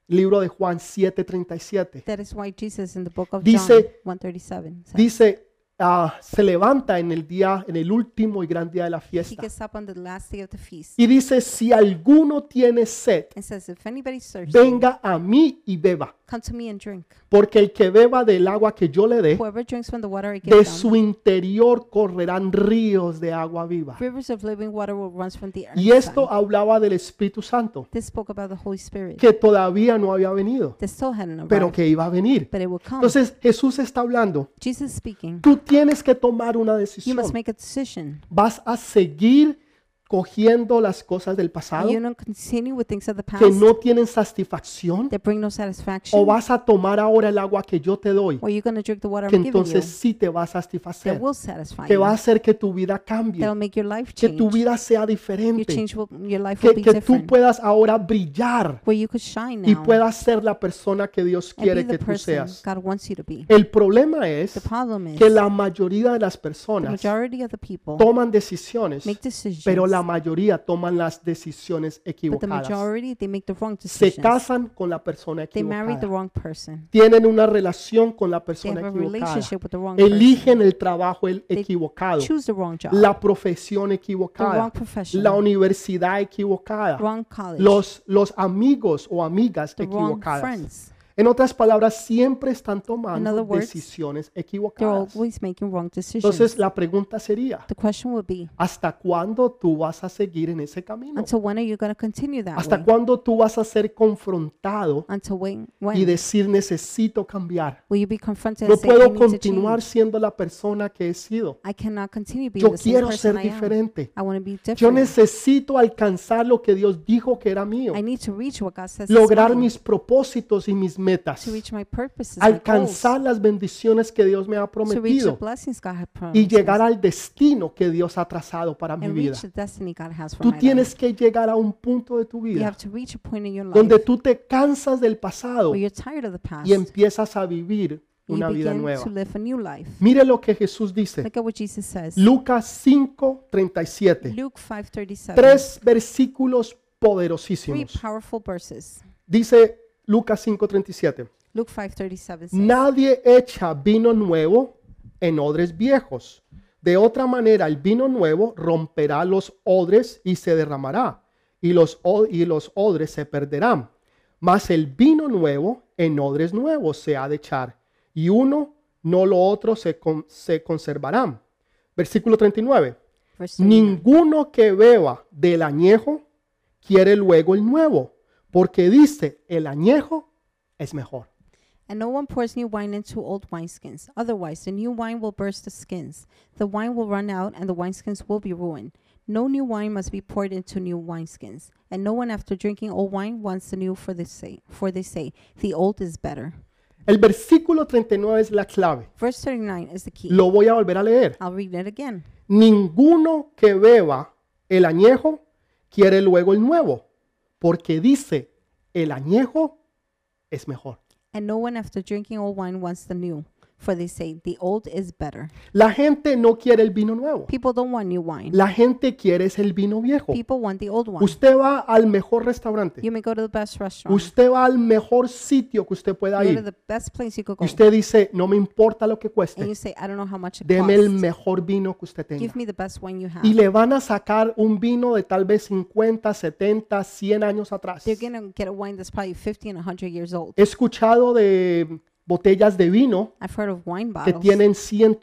libro de Juan 7:37
That is why Jesus in the book of
Dice-
John 137 says,
dice, ah, se levanta en el día, en el último y gran día de la
He
fiesta
gets up on the last day of the feast
y dice, si alguno tiene sed,
and says, If anybody's thirsty,
venga a mí y beba,
come to me and drink.
porque el que beba del agua que yo le dé,
Whoever drinks from the water
de
I give them,
su interior correrán ríos de agua viva.
rivers of living water will run from the earth.
Y esto hablaba del Espíritu Santo,
this spoke about the Holy Spirit
que todavía no había venido,
that still hadn't arrived,
pero que iba a venir.
but it will come.
Entonces Jesús está hablando,
Jesus speaking,
tú tienes que tomar una
you
decisión.
must make a decision.
Vas a seguir cogiendo las cosas del pasado
You don't continue with things of the past
que no tienen satisfacción
that bring no satisfaction,
o vas a tomar ahora el agua que yo te doy,
or you're going to drink the water
que
I'm giving you
entonces sí te va a satisfacer.
that will satisfy
que va a
you,
hacer que tu vida cambie,
that'll make your life
que tu
change.
vida sea
Your
diferente,
change will, your life will
que,
be
que tú
different,
puedas ahora brillar
where you could shine
y
now
puedas ser la persona que Dios
and be
quiere
the
que tú
person
seas.
God wants you to be.
El problema es
The problem is
que
the
la mayoría de las personas
majority of the people
toman decisiones,
make
pero
decisions,
la mayoría toman las decisiones
but the
equivocadas.
majority they make the wrong
Se
decisions.
casan con la persona
They marry the
equivocada,
wrong person.
tienen una relación con la
They have
persona
a
equivocada,
relationship with the wrong person.
eligen el trabajo el
They
equivocado,
Choose the wrong job,
la profesión
the wrong
equivocada,
profession,
la universidad equivocada,
wrong college,
los, los amigos o amigas
the wrong
equivocadas.
friends.
En otras palabras, siempre están
other
tomando
words,
decisiones
They're
equivocadas.
always making wrong decisions.
Entonces la pregunta sería,
The question would be,
¿hasta cuándo tú vas a seguir en ese camino?
until when are you going to continue that
¿Hasta
way?
cuándo tú vas a ser confrontado
Until when?
y
When
decir necesito cambiar?
will you be confronted
No
and say, "I
puedo
need to
continuar
change.
siendo la persona que he sido.
I cannot continue being
Yo
the same
quiero ser
person I am.
diferente.
I want to be
Yo
different.
necesito alcanzar lo que Dios dijo que era mío.
I need to reach what God says is
Lograr
mine,
mis propósitos y mis metas.
to reach my purposes, my goals,
alcanzar las bendiciones que Dios me ha
to reach the
prometido
blessings God has
y
promised
llegar
us,
al destino que Dios ha trazado para mi
and
vida.
reach the destiny God has for
Tú
my life.
tienes que llegar a un punto de tu
You
vida
have to reach a point in your life
donde tú te cansas del pasado
where you're tired of the past.
y empiezas a vivir
you
una vida
begin
nueva.
to live a new life.
Mire lo que Jesús dice.
Look at what Jesus says.
Lucas 5:37.
Luke 5:37.
Tres versículos
Three
poderosísimos.
powerful verses.
Dice Lucas 5:37.
Luke 5:37 says,
Nadie echa vino nuevo en odres viejos. De otra manera, el vino nuevo romperá los odres y se derramará, y los, o- y los odres se perderán. Mas el vino nuevo en odres nuevos se ha de echar, y uno no lo otro se, con- se conservarán. Versículo 39.
verse 39,
Ninguno que beba del añejo quiere luego el nuevo, porque dice, el añejo es mejor.
And no one pours new wine into old wineskins. Otherwise, the new wine will burst the skins. The wine will run out, and the wineskins will be ruined. No new wine must be poured into new wineskins, and no one after drinking old wine wants the new for they say, for they say, the old is better.
El versículo 39 es la clave.
Verse 39 is the key.
Lo voy a volver a leer.
I'll read it again.
Ninguno que beba el añejo quiere luego el nuevo, porque dice, el añejo es mejor.
And no one after drinking old wine wants the new, for they say, the old is better.
La gente no quiere el vino nuevo.
People don't want new wine.
La gente quiere es el vino viejo.
People want the old one.
Usted va al mejor restaurante.
You may go to the best restaurant.
Usted va al mejor sitio que usted pueda
Go to
ir.
the best place you could
Y
go.
usted dice, no me importa lo que
And
cueste.
you say, I don't know how much it
Deme el
costs.
mejor vino que usted tenga.
Give me the best wine you have.
Y le van a sacar un vino de tal vez 50, 70, 100 años atrás.
They're going to get a wine that's probably 50 and 100 years old.
He escuchado de botellas de vino
I've heard of wine
que
bottles
tienen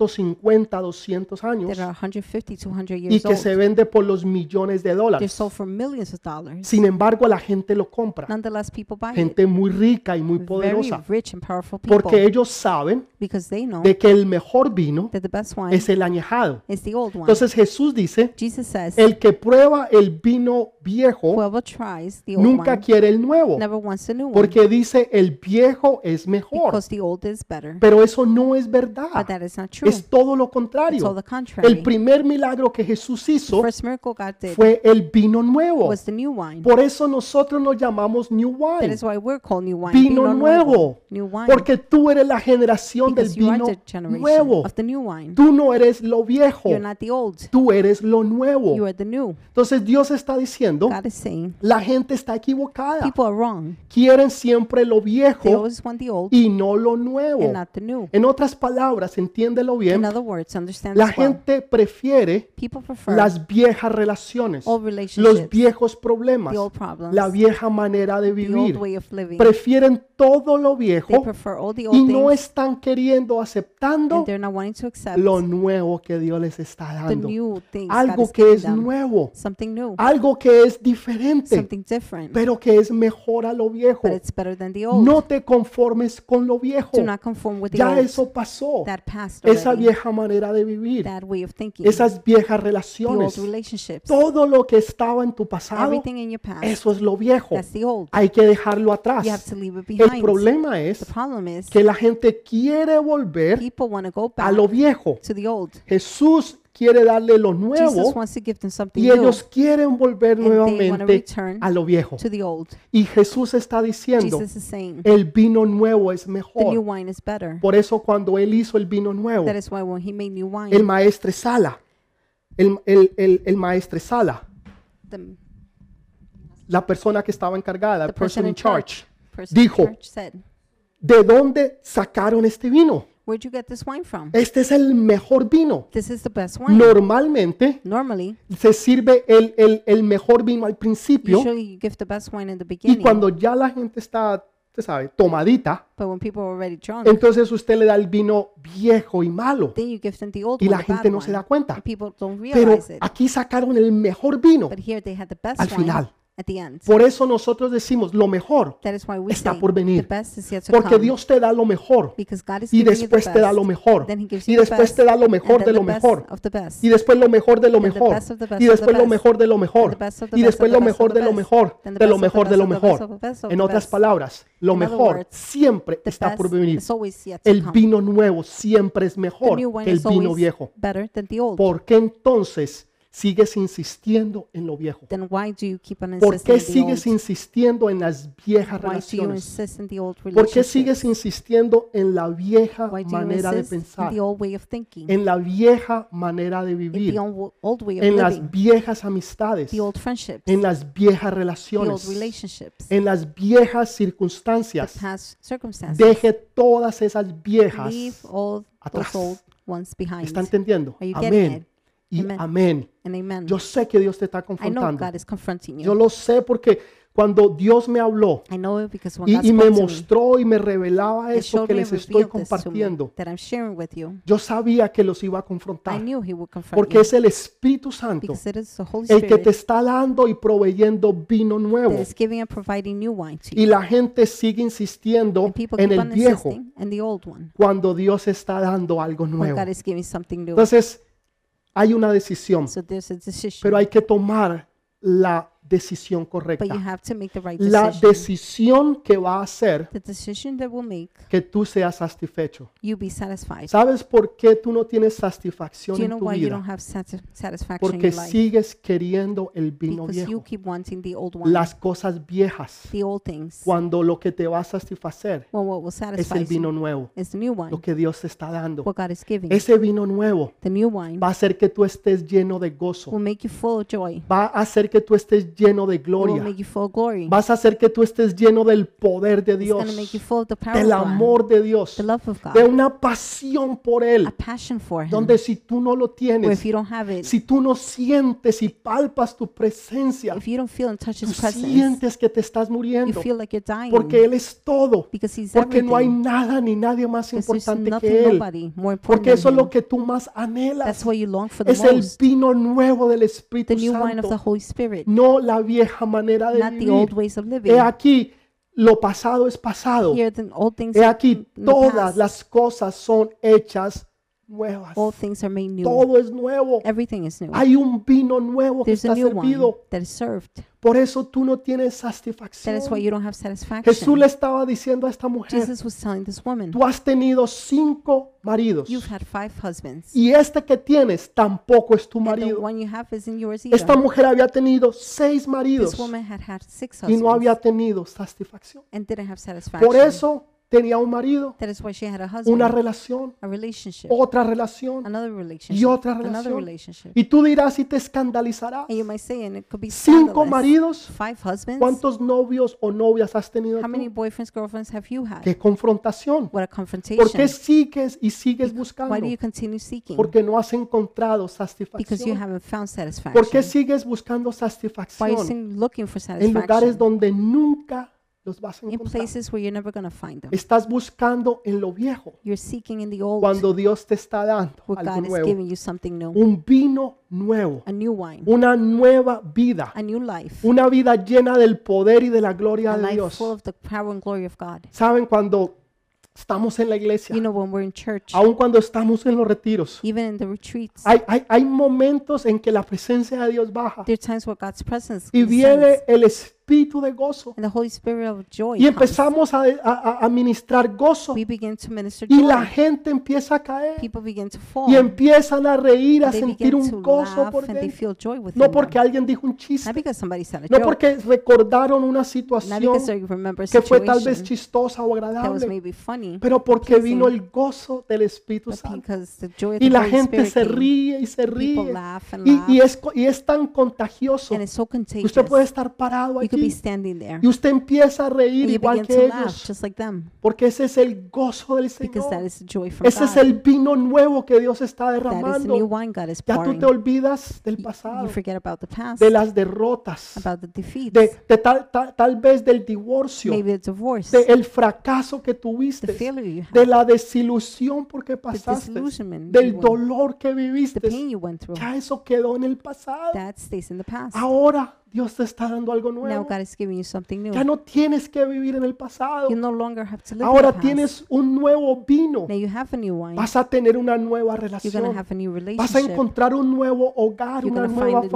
150, 200 años
that are 150, 200
y
years
que se
old.
vende por los millones de
They're
dólares.
sold for millions of dollars.
Sin embargo, la gente lo compra.
Nonetheless, people buy it.
Gente muy rica y muy
Very
poderosa.
rich and powerful people
Porque ellos saben
because they know
de que el mejor vino
that the best wine
es el añejado.
is the old one.
Entonces Jesús dice,
Jesus says,
el que prueba el vino viejo
whoever tries the old
nunca
one
quiere el nuevo.
never wants the new one
Porque dice, el viejo es mejor.
because the old is better.
Pero eso no es verdad.
But that is not true.
Es todo lo
It's all
contrario.
the contrary.
El primer milagro que Jesús
The
hizo
first miracle God did
fue el vino nuevo.
was the new wine.
Por eso nosotros nos llamamos New
That
Wine,
is why we're called new wine.
vino
Vino
nuevo.
New wine.
Porque tú eres la generación del
Because you are
vino
the generation
nuevo.
of the new wine.
Tú no eres lo viejo,
You're not the old.
tú eres lo nuevo.
You are the new.
Entonces Dios está diciendo,
God is saying
la gente está equivocada.
people are wrong.
Quieren siempre lo
They
viejo
always want the old
y no lo nuevo.
and not the new.
En otras palabras, entiéndelo
In
bien,
other words, understand
la
this well.
gente prefiere
People prefer
las viejas relaciones,
old
los
relationships,
viejos problemas,
the old problems,
la vieja manera de
the old
vivir.
way of living.
Prefieren todo lo
They
viejo
prefer all the
y
old
no
things
están queriendo, aceptando
and they're not wanting to accept
lo nuevo que Dios les está
the
dando.
new things God is
Algo que
giving
es
them.
nuevo,
Something new,
algo que es diferente,
something different,
pero que es mejor a lo viejo.
but it's better than the old.
No te conformes con lo viejo.
Do not conform with the
Ya
old.
eso pasó.
That past
Esa
already.
vieja manera de vivir,
That way of thinking. The
esas viejas
old
relaciones,
relationships.
todo lo que estaba en tu pasado,
Everything in your past.
eso es lo viejo.
That's the old.
Hay que dejarlo
You have
atrás.
to leave it
El
behind.
problema es
The problem is
que la gente quiere volver
people want to go
a
back
lo viejo.
to the old.
Jesús quiere darle lo
Jesus
nuevo
wants to give them something
y
new
ellos quieren volver
they wanna
nuevamente
return
a lo viejo.
to the old.
Y Jesús está diciendo,
Jesus is saying
el vino nuevo es
the new
mejor.
wine is better.
Por eso cuando él hizo el vino nuevo,
That is why when he made new wine,
el maestro Sala, el, el, el, el maestro Sala,
the
la persona que estaba encargada,
the
the person in charge,
person in
dijo,
charge said,
¿de dónde sacaron este vino?
"Where'd you get this wine from?
Este es el mejor vino.
This is the best wine.
Normalmente
Normally,
se sirve el, el, el mejor vino al principio
usually you give the best wine in the
y
beginning,
cuando ya la gente está, usted sabe, tomadita,
but when people are already drunk,
entonces usted le da el vino viejo y malo
then you give them the old
y la
one, the
gente
bad
no se da
one.
cuenta.
And people don't
Pero
realize it.
aquí sacaron el mejor vino.
But here they had the best
al
wine
final.
at the end.
Por eso nosotros decimos lo mejor,
That is why we
está
say
por venir.
the best is yet to
porque
come.
Dios te da lo mejor
because God is
y
giving you the
después te da lo
best.
mejor
Then he gives
y
you the
después
best,
te da lo
and
mejor
then
de
the
lo
best
mejor
of the best.
y después lo mejor de lo mejor
best of the best
y
of the
después lo
best,
mejor de lo mejor
the best of the
y
best of
después
the
lo
best of
mejor
the
de lo
best,
mejor
then the
de lo
best of the
mejor de
best
lo
of the best
mejor
of the best of
en
the
otras
best.
palabras lo
In other
mejor
words,
siempre
the
está
best
por venir
is always yet to
el
come.
vino nuevo siempre es
the
mejor
new wine
que el
is
vino
always
viejo
better than the old.
¿por qué entonces sigues insistiendo en lo viejo?
then why do you keep on
¿por
insisting
qué
in the old?
sigues insistiendo en las viejas
why do you
relaciones?
insist in the old
¿Por
relationship?
qué sigues insistiendo en la vieja
why do you
manera de
insist in
pensar?
the old way of thinking?
En la vieja manera de
in the
vivir.
old, old way of
En las
living?
viejas amistades.
The old friendships?
En las viejas
the old
relaciones.
relationships?
En las viejas
the
circunstancias.
past circumstances?
Deje todas esas viejas.
Leave all
atrás.
those old ones behind.
¿Está entendiendo?
Are you getting
Amén.
it?
Y
Amen.
amén.
And amen.
Yo sé que Dios te está
I know
confrontando.
God is confronting
Yo
you.
lo sé porque cuando Dios me habló
I know it because when God
y, y me
spoke to me,
mostró y me revelaba
He
eso
showed
que
me
les
and
estoy
revealed this to me
compartiendo,
that I'm sharing with you.
yo sabía que los iba a
I
confrontar.
knew He would confront
Porque
you
es el Espíritu Santo
because it is the Holy
el que
Spirit
te está dando y proveyendo vino nuevo.
that is giving and providing new wine to you.
Y la gente sigue insistiendo
And people
en
keep
el
on
viejo
insisting in the old one
cuando Dios está dando algo
when
nuevo.
God is giving something new.
Entonces, Hay una decisión,
So there's a decision.
pero hay que tomar la decisión
but you
correcta.
have to make the right
La
decision.
decisión que va a hacer
the decision that will make
que tú seas satisfecho.
you be satisfied.
¿Sabes por qué tú no tienes
Do
satisfacción
you know
en tu
why you don't
vida?
have satis- satisfaction in
Porque
your life?
sigues queriendo el vino
because you
viejo,
keep wanting the old one,
las cosas viejas,
the old things.
cuando lo que te va a satisfacer
Well, what will
es
satisfy
el
you
vino nuevo,
is the new
lo
one,
que Dios te está dando.
what God is giving.
Ese vino nuevo
the new wine
va a hacer que tú estés lleno de
will
gozo,
make you full of joy.
va a hacer que tú estés lleno de
It will
gloria,
make you full of glory.
vas a hacer que tú estés lleno del poder de
it's going
Dios,
to make you full of the power
del
of God,
amor de Dios,
the love of God,
de una pasión por
a
Él,
passion for Him.
donde si tú no lo
where
tienes,
if you don't have it,
si tú no sientes y palpas tu presencia,
if you don't feel in touch
tú
His presence,
sientes que te estás
you
muriendo,
feel like you're dying
porque Él es todo,
because He's
porque no hay
everything.
nada ni nadie más
because there's
importante
nothing,
que Él,
nobody more important
porque eso es
than
lo
Him.
que tú más anhelas.
That's what you long for the
Es el
most.
vino nuevo del
The
Espíritu
new wine of the
Santo,
Holy Spirit,
no la vieja manera de
not the old
vivir.
ways of living.
He aquí, lo pasado es pasado.
Here, the old things,
He aquí,
in the
todas
past.
las cosas son hechas nuevas.
all things are made new.
Todo es nuevo.
Everything is new.
Hay un vino nuevo que
There's a
está
new wine
servido.
that is served.
Por eso tú no tienes
That
satisfacción.
is why you don't have satisfaction.
Jesús le estaba diciendo a esta mujer,
Jesus was telling this woman,
tú has tenido cinco maridos
You've had five husbands.
y este que tienes tampoco es tu
And the
marido.
one you have isn't yours
Esta
either.
mujer había tenido seis maridos
This woman had had six
y no había
husbands
tenido satisfacción.
and didn't have satisfaction.
Por eso tenía un marido,
That is why she had a
una
husband,
relación,
a relationship,
otra relación
another
y
relationship,
otra
another
relación.
relationship.
Y tú dirás y te escandalizarás.
And you might say, and it could be
Cinco
scandalous.
maridos,
Five husbands.
¿cuántos novios o novias has tenido
How
tú?
many boyfriends, girlfriends have you had?
¡Qué confrontación!
What a
¿Por qué
confrontation.
sigues y sigues buscando?
Why do you continue seeking?
Porque no has encontrado
Because you
satisfacción.
haven't found
¿Por qué
satisfaction.
sigues buscando
Why are you
satisfacción
still looking for
en lugares
satisfaction
donde nunca los vas a
in
encontrar?
places where you're never going to find them?
Estás buscando en lo viejo
You're seeking in the old
cuando Dios te está dando
where
algo
God is
nuevo,
giving you something new,
un vino nuevo,
a new wine,
una nueva vida,
a new life,
una vida llena del poder y de la gloria
a
de
life
Dios.
full of the power and glory of God.
Saben cuando estamos en la iglesia,
You know, when we're in church,
aun cuando estamos en los retiros,
even in the retreats,
Hay, hay- hay momentos en que la presencia de Dios baja
there are times where God's presence
y
descends
viene el espíritu de gozo
and the Holy Spirit of joy
y
comes.
empezamos a, a- a ministrar gozo
We begin to minister
y la
joy.
gente empieza a caer
People begin to fall.
y empiezan a reír, a
They
sentir
begin to
un gozo
laugh
por
and they
dentro.
feel joy within
No
them.
porque alguien dijo un
Not
chiste,
because somebody said a
no
joke.
porque recordaron una
Not
situación
because they remember a
que fue tal vez
situation
chistosa o
that was
agradable,
maybe funny,
pero porque vino
pleasing,
el gozo del Espíritu
but
Santo.
because the joy of
Y
the
la
Holy
gente
Spirit
se
came,
ríe y se
people
ríe
laugh and
y, y
laugh,
es, co- y es tan contagioso
and it's so contagious.
Usted puede estar parado
You could be
aquí
standing there,
y usted empieza a reír
and you
igual
begin to
que
laugh
ellos,
just like them,
porque ese es el gozo del
because that
Señor.
is the joy from
Ese es
God.
el vino nuevo que Dios está
That is the new
derramando.
wine God is
Ya tú
pouring.
te olvidas del
You
pasado,
forget about the past,
de las derrotas,
about the defeats,
de, de tal, tal, tal vez del divorcio,
maybe the divorce,
del el fracaso que
the
tuviste,
failure you had,
de la desilusión porque
the
pasaste,
disillusionment, you
del
went-
dolor que
the
viviste.
pain you went through.
Ya Ah, eso quedó en el pasado.
That stays in the past.
Ahora Dios te está dando algo
Now
nuevo.
God is giving you something new.
Ya no tienes que vivir en el pasado.
You no longer have to live in the
Ahora
past.
tienes un nuevo vino.
Now you have a new wine.
Vas a tener una nueva
You're going to
relación.
have a new
Vas a
relationship.
encontrar un nuevo hogar,
You're
una
going to find
nueva
a new home, a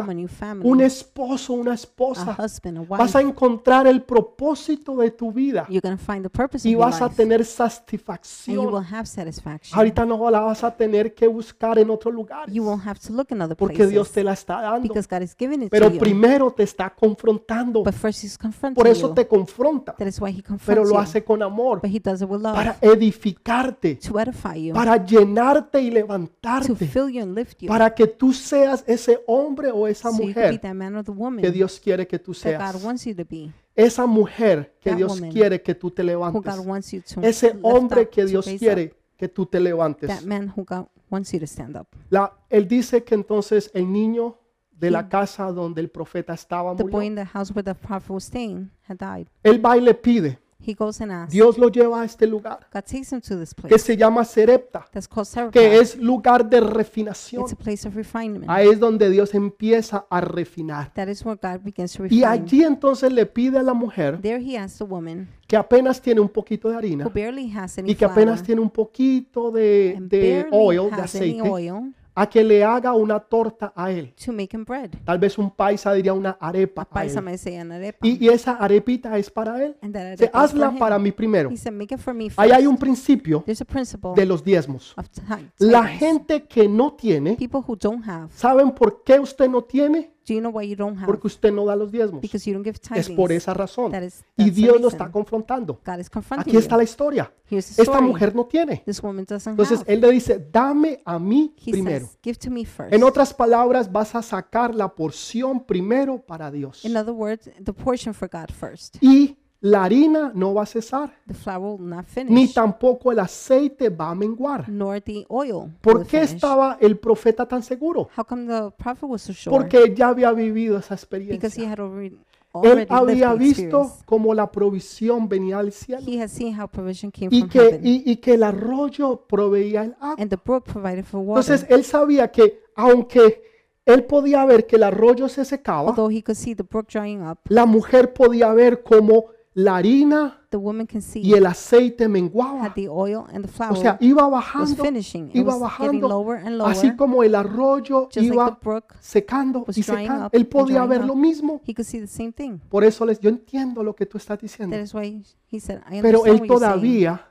familia,
new
un
family,
esposo, una
a
esposa.
husband, a
Vas
wife.
a encontrar el propósito de tu vida
You're going to find the purpose of
y
your
vas a
life. And
tener
you will
satisfacción.
have satisfaction.
Ahorita no la vas a tener que buscar en otro lugar
You won't have to look in other
porque Dios
places
te la está dando.
because God is giving it
Pero
to you.
primero te está confrontando.
But first He's confronting
Por eso
you.
te confronta,
That is why He
pero
confronts
lo
you.
hace con amor
But He does it with
para
love
edificarte.
to edify you,
para llenarte y
to
levantarte,
fill you and lift you,
para que tú seas ese hombre o esa
so you can be
mujer
that man or the
que
woman
Dios quiere que tú
that God
seas,
wants you to be,
esa mujer que
that
Dios
woman
quiere que tú te
who God
levantes,
wants you to
ese
lift
hombre
up,
que
to
Dios
raise up.
quiere que tú te
that
levantes.
man who God wants you to stand up.
La- él dice que entonces el niño de la casa donde el profeta estaba
The boy
murió.
in the house where the prophet was staying had died.
Él va y le pide,
He goes and asks.
Dios lo lleva a este lugar
God takes him to this
que
place
se llama Serepta,
that's called
que
Sarepta.
es lugar de refinación.
It's a place of refinement.
Ahí es donde Dios empieza a refinar.
That is where God begins to
Y
refine.
allí entonces le pide a la mujer
There he asks the woman
que apenas tiene un poquito de
who
harina
barely has any
y que
flour
apenas tiene un poquito de,
and
de
barely
oil, de
has any
aceite,
oil,
a que le haga una torta a él.
to make him bread.
Tal vez un paisa diría una arepa a
Paisa
él.
may say an arepa.
Y, y esa arepita es para él.
And that
Se
arepa is for
hazla
him.
para mí primero.
He said, make it for me first.
Ahí hay un principio
There's a principle
de los diezmos.
of time.
La gente que no tiene,
People who don't have.
¿saben por qué usted no tiene?
Do you know why you don't have?
Porque usted no da los diezmos.
Because you don't give tithings.
Es por esa razón.
That is-
Y
that's the
Dios lo
reason.
está confrontando.
God is confronting
Aquí está
you.
la historia.
Here's the
Esta
story.
mujer no tiene.
This woman doesn't
Entonces
have.
él le dice, dame a mí
He
primero.
says, give to me first.
En otras palabras, vas a sacar la porción primero para Dios.
In other words, the portion for God first.
Y la harina no va a cesar,
The flour will not
ni
finish,
tampoco el aceite va a menguar.
nor the oil will
¿Por qué
finish.
estaba el profeta tan seguro?
How come the prophet was so sure?
Porque ya había vivido esa
Because he
experiencia.
had already,
Él
already
había
lived the
visto
experience.
como la provisión venía del cielo
He had seen how provision came
y
from
que,
heaven.
y- y que el arroyo proveía el agua.
and the brook provided for water.
Entonces él sabía que aunque él podía ver que el arroyo se secaba,
Although he could see the brook drying up,
la mujer podía ver como la harina
the woman can
y
see
el aceite menguaba.
had the oil and the flour
O sea, iba
was
bajando,
finishing. It
iba
was getting
bajando,
lower and lower,
así como el arroyo
just like the
iba
brook.
secando
was
y
drying
secando.
up
Él
and
podía
drying
ver
up.
lo mismo.
He could see the same thing.
Por eso les, yo entiendo lo que tú estás diciendo.
That is why he said, I
Pero él
understand what you're saying.
todavía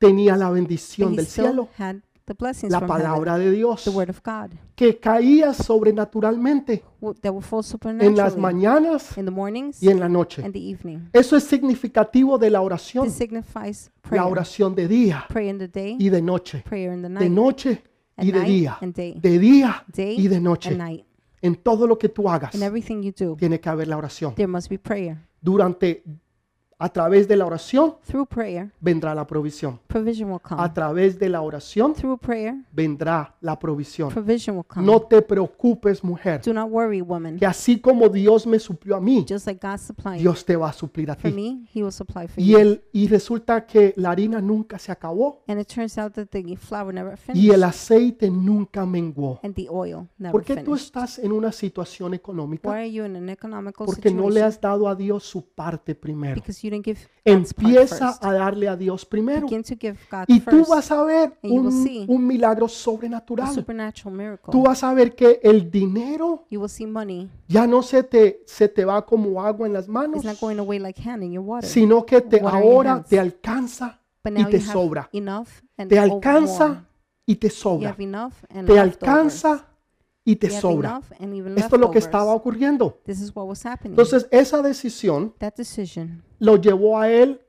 tenía la
But
bendición
he
del
still
cielo,
had the blessings
la
from heaven,
palabra de Dios,
the word of God,
que caía sobrenaturalmente
w- that will fall
en las
supernaturally
mañanas
in the mornings
y en la noche.
and the evening.
Eso es significativo de la oración,
This signifies
la
prayer.
oración de día
Prayer in the day,
y de noche,
prayer in the
de
night,
noche
at
y de
night
día,
and day.
de día
day
y de
and
noche.
night.
En todo lo que tú hagas
In everything you do,
tiene que haber la oración.
there must be prayer.
Durante, a través de la oración
Through prayer,
vendrá la provisión.
provision will come.
A través de la oración
Through prayer,
vendrá la provisión.
provision will come.
No te preocupes, mujer,
Do not worry, woman.
que así como Dios me suplió a mí,
Just like God supplied
Dios te va a suplir a
for
ti.
me, He will supply for
Y
you.
él y resulta que la harina nunca se acabó
And it turns out that the flour never
y el
finished
aceite nunca menguó.
and the oil never
¿Por qué tú
finished.
estás en una situación económica?
Why are you in an economical
Porque no le
situation?
has dado a Dios su parte primero.
Because you didn't give God's part
Empieza
first.
a darle a Dios primero
Begin to give God
y tú
first
vas a ver
and you will
un,
see
un milagro
a
sobrenatural.
supernatural miracle.
Tú vas a ver que el dinero
you will see money
ya no se te, se te va como agua en las manos,
is not going away like hand in your water.
sino que te,
Water in your
ahora
hands.
te alcanza
but
y
now
te
you have
sobra.
enough and
Te
over more.
alcanza y te
You
sobra.
have enough and
Te
leftovers.
alcanza y te
You have
sobra.
enough and even
Esto es lo que
leftovers. Mm.
estaba ocurriendo.
This is what was happening.
Entonces esa decisión
that decision
lo llevó a él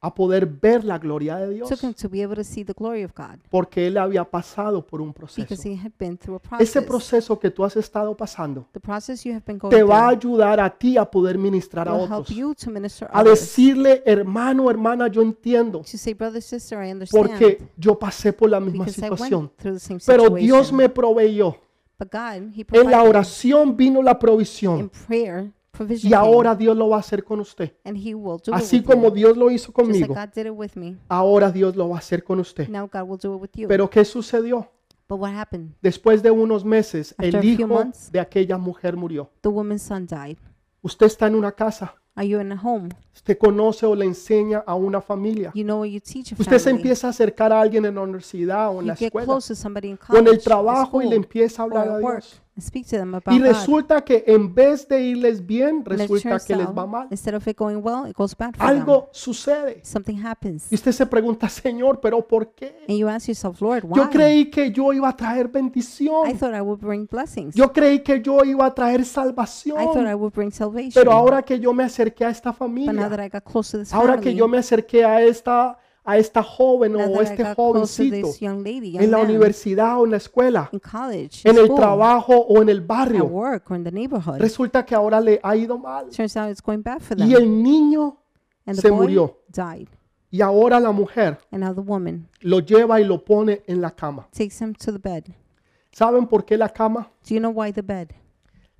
a poder ver la gloria de Dios
took him to be able to see the glory of God
porque él había pasado por un
because
proceso.
he had been through a process.
Ese proceso que tú has estado pasando
the process you have been going
te va a
through
ayudar a ti a poder ministrar a
will help
otros.
you to minister
A
others.
decirle, hermano, hermana, yo entiendo
to say, brother, sister, I understand
porque yo pasé por la misma
because I went
situación.
through the same
Pero
situation.
Dios me proveyó.
but God, He
En
provided
la oración vino la
in
provisión.
prayer provision
Y
came,
ahora Dios lo va a hacer con usted.
and He will do
Así
it with
como
you.
Dios lo hizo
Just like
conmigo,
God did it with me,
ahora Dios lo va a hacer con usted.
now God will do it with you.
Pero ¿qué sucedió?
but what happened?
Después de unos meses,
After a
el
few
hijo
months.
de aquella mujer murió.
The woman's son died.
Usted está en una casa.
Are you in a home?
Usted conoce o le enseña a una familia.
You know what you teach a
Usted se
family.
empieza a acercar a alguien en la universidad o en
you
la
get
escuela
close to somebody in
o
college,
en el
at
trabajo y le
school,
empieza a
or
hablar
at
a
work,
Dios.
and speak to them about
Y
God.
resulta que en vez de irles bien,
And it
resulta
turns
que les va
out,
mal.
Instead of it going well, it goes bad for them.
Algo sucede.
Something happens.
Y usted se pregunta, Señor, ¿pero por qué?
And you ask yourself, Lord, why?
Yo creí que yo iba a traer
I
bendición.
thought I would bring blessings.
Yo creí que yo iba a traer
I thought
salvación.
I would bring salvation.
Pero ahora que yo me acerqué a esta
but now that
familia,
I got close to this
ahora que
family,
yo me acerqué a esta, a esta joven
now
o
that I
este
got close to
jovencito
this young lady, young
en la
man,
universidad o en la escuela,
in college, in
en el
school,
trabajo o en el
at
barrio,
work, or in the neighborhood,
resulta que ahora le ha ido mal.
turns out it's going bad for them.
Y el niño
and the
se
boy
murió.
died.
y ahora la mujer
And now the woman
lo lleva y lo pone en la cama.
takes him to the bed.
¿Saben por qué la cama?
Do you know why the bed?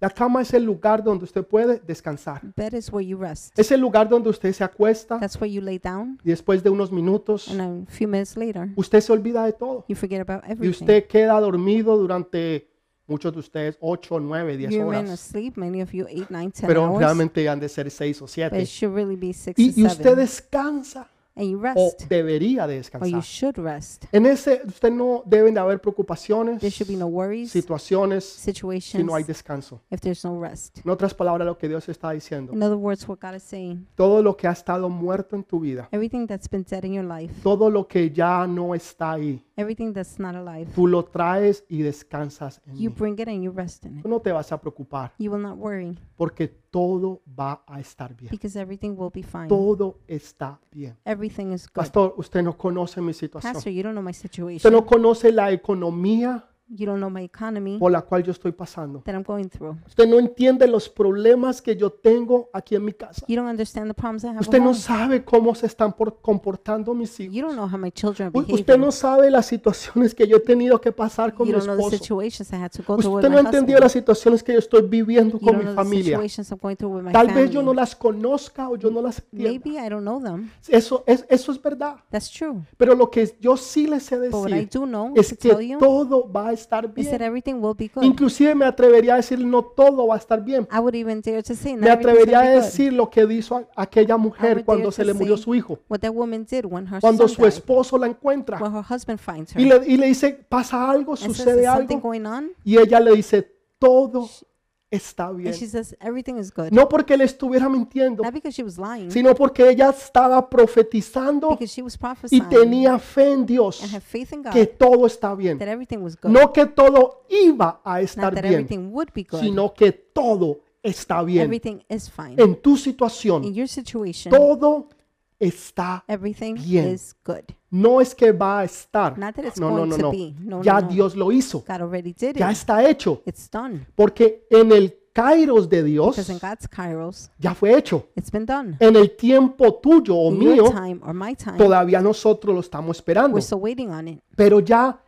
La cama es el lugar donde usted puede descansar.
Bed is where you rest.
Es el lugar donde usted se acuesta
That's where you lay down,
y después de unos minutos
and a few minutes later,
usted se olvida de todo
you forget about
y
everything.
usted queda dormido durante muchos de ustedes 8, 9, 10
you remain
horas,
asleep, many of you, 8, 9, 10
pero
hours.
realmente han de ser 6 o
but it
7.
should really be 6
Y, y
to
usted
7.
descansa
and you
o
rest,
debería
or you
descansar.
should rest.
En ese usted no deben de haber
There
preocupaciones,
should be no worries,
situaciones si
situations,
no hay descanso.
if there's no rest.
En otras palabras, lo que Dios está diciendo,
In other words, what God is saying,
todo lo que ha estado muerto en tu vida,
everything that's been dead in your life,
todo lo que ya no está ahí,
everything that's not alive,
tú lo traes y descansas en
you
mí.
bring it and you rest in it.
Tú no te vas a preocupar
You will not worry
porque todo va a estar bien.
because everything will be fine.
Todo está bien.
Everything is good.
Pastor, usted no conoce mi situación.
Pastor, you don't know my
Usted
situation.
no conoce la economía
You don't know my economy
por la cual yo estoy pasando.
that I'm going through.
Usted no entiende los problemas que yo tengo aquí en mi casa.
You don't understand the problems I have.
Usted
at
no
home.
sabe cómo se están por- comportando mis hijos.
You don't know how my children are
U- Usted
behaving.
no sabe las situaciones que yo he tenido que pasar con
You
mi
don't know the
esposo.
situations I had to go through with
Usted no
my
ha entendido
husband.
las situaciones que yo estoy viviendo con
You don't
mi
know the
familia.
situations I'm going through with my
Tal vez yo no
family.
las conozca o yo no las entienda.
Maybe I don't know them.
Eso es, eso es verdad.
That's true.
Pero lo que yo sí les sé
But what I
decir
do know
es
to tell
que
you
todo va a estar
is that
bien.
everything will be good.
Inclusive me atrevería a decir no todo va a estar bien.
I would even dare to say
Me
not everything's
atrevería a
gonna be good.
decir lo que hizo a- aquella mujer
would
cuando
dare
se
to
le murió
say-
su hijo,
What that woman did when her
cuando
son
su
died,
esposo la encuentra
when her husband finds her,
y le, y le dice, pasa algo,
and says, "Is
sucede
something
algo,
going on?"
y ella le dice, todo está bien.
And she says, "Everything is good."
No porque le estuviera mintiendo,
Not because she was lying,
sino porque ella estaba profetizando
because she was
y
prophesying
tenía fe en
and
Dios
had faith in God
que todo está bien.
that everything was good,
No que todo iba a
not
estar
that
bien,
everything would be good.
sino que todo está bien.
Everything is fine.
En tu
In
situación,
your situation,
todo está
everything
bien.
is good.
No es que va a estar.
Not that it's
No, no,
going
no,
to
no.
be. No,
Ya
no, no.
Dios lo hizo.
God already did
Ya
it.
está hecho.
It's done.
Porque en el kairos de Dios
Because in God's kairos,
ya fue hecho.
it's been done.
En el tiempo tuyo o
In your
mío,
time or my time,
todavía nosotros lo estamos esperando.
we're still waiting on it.
Pero ya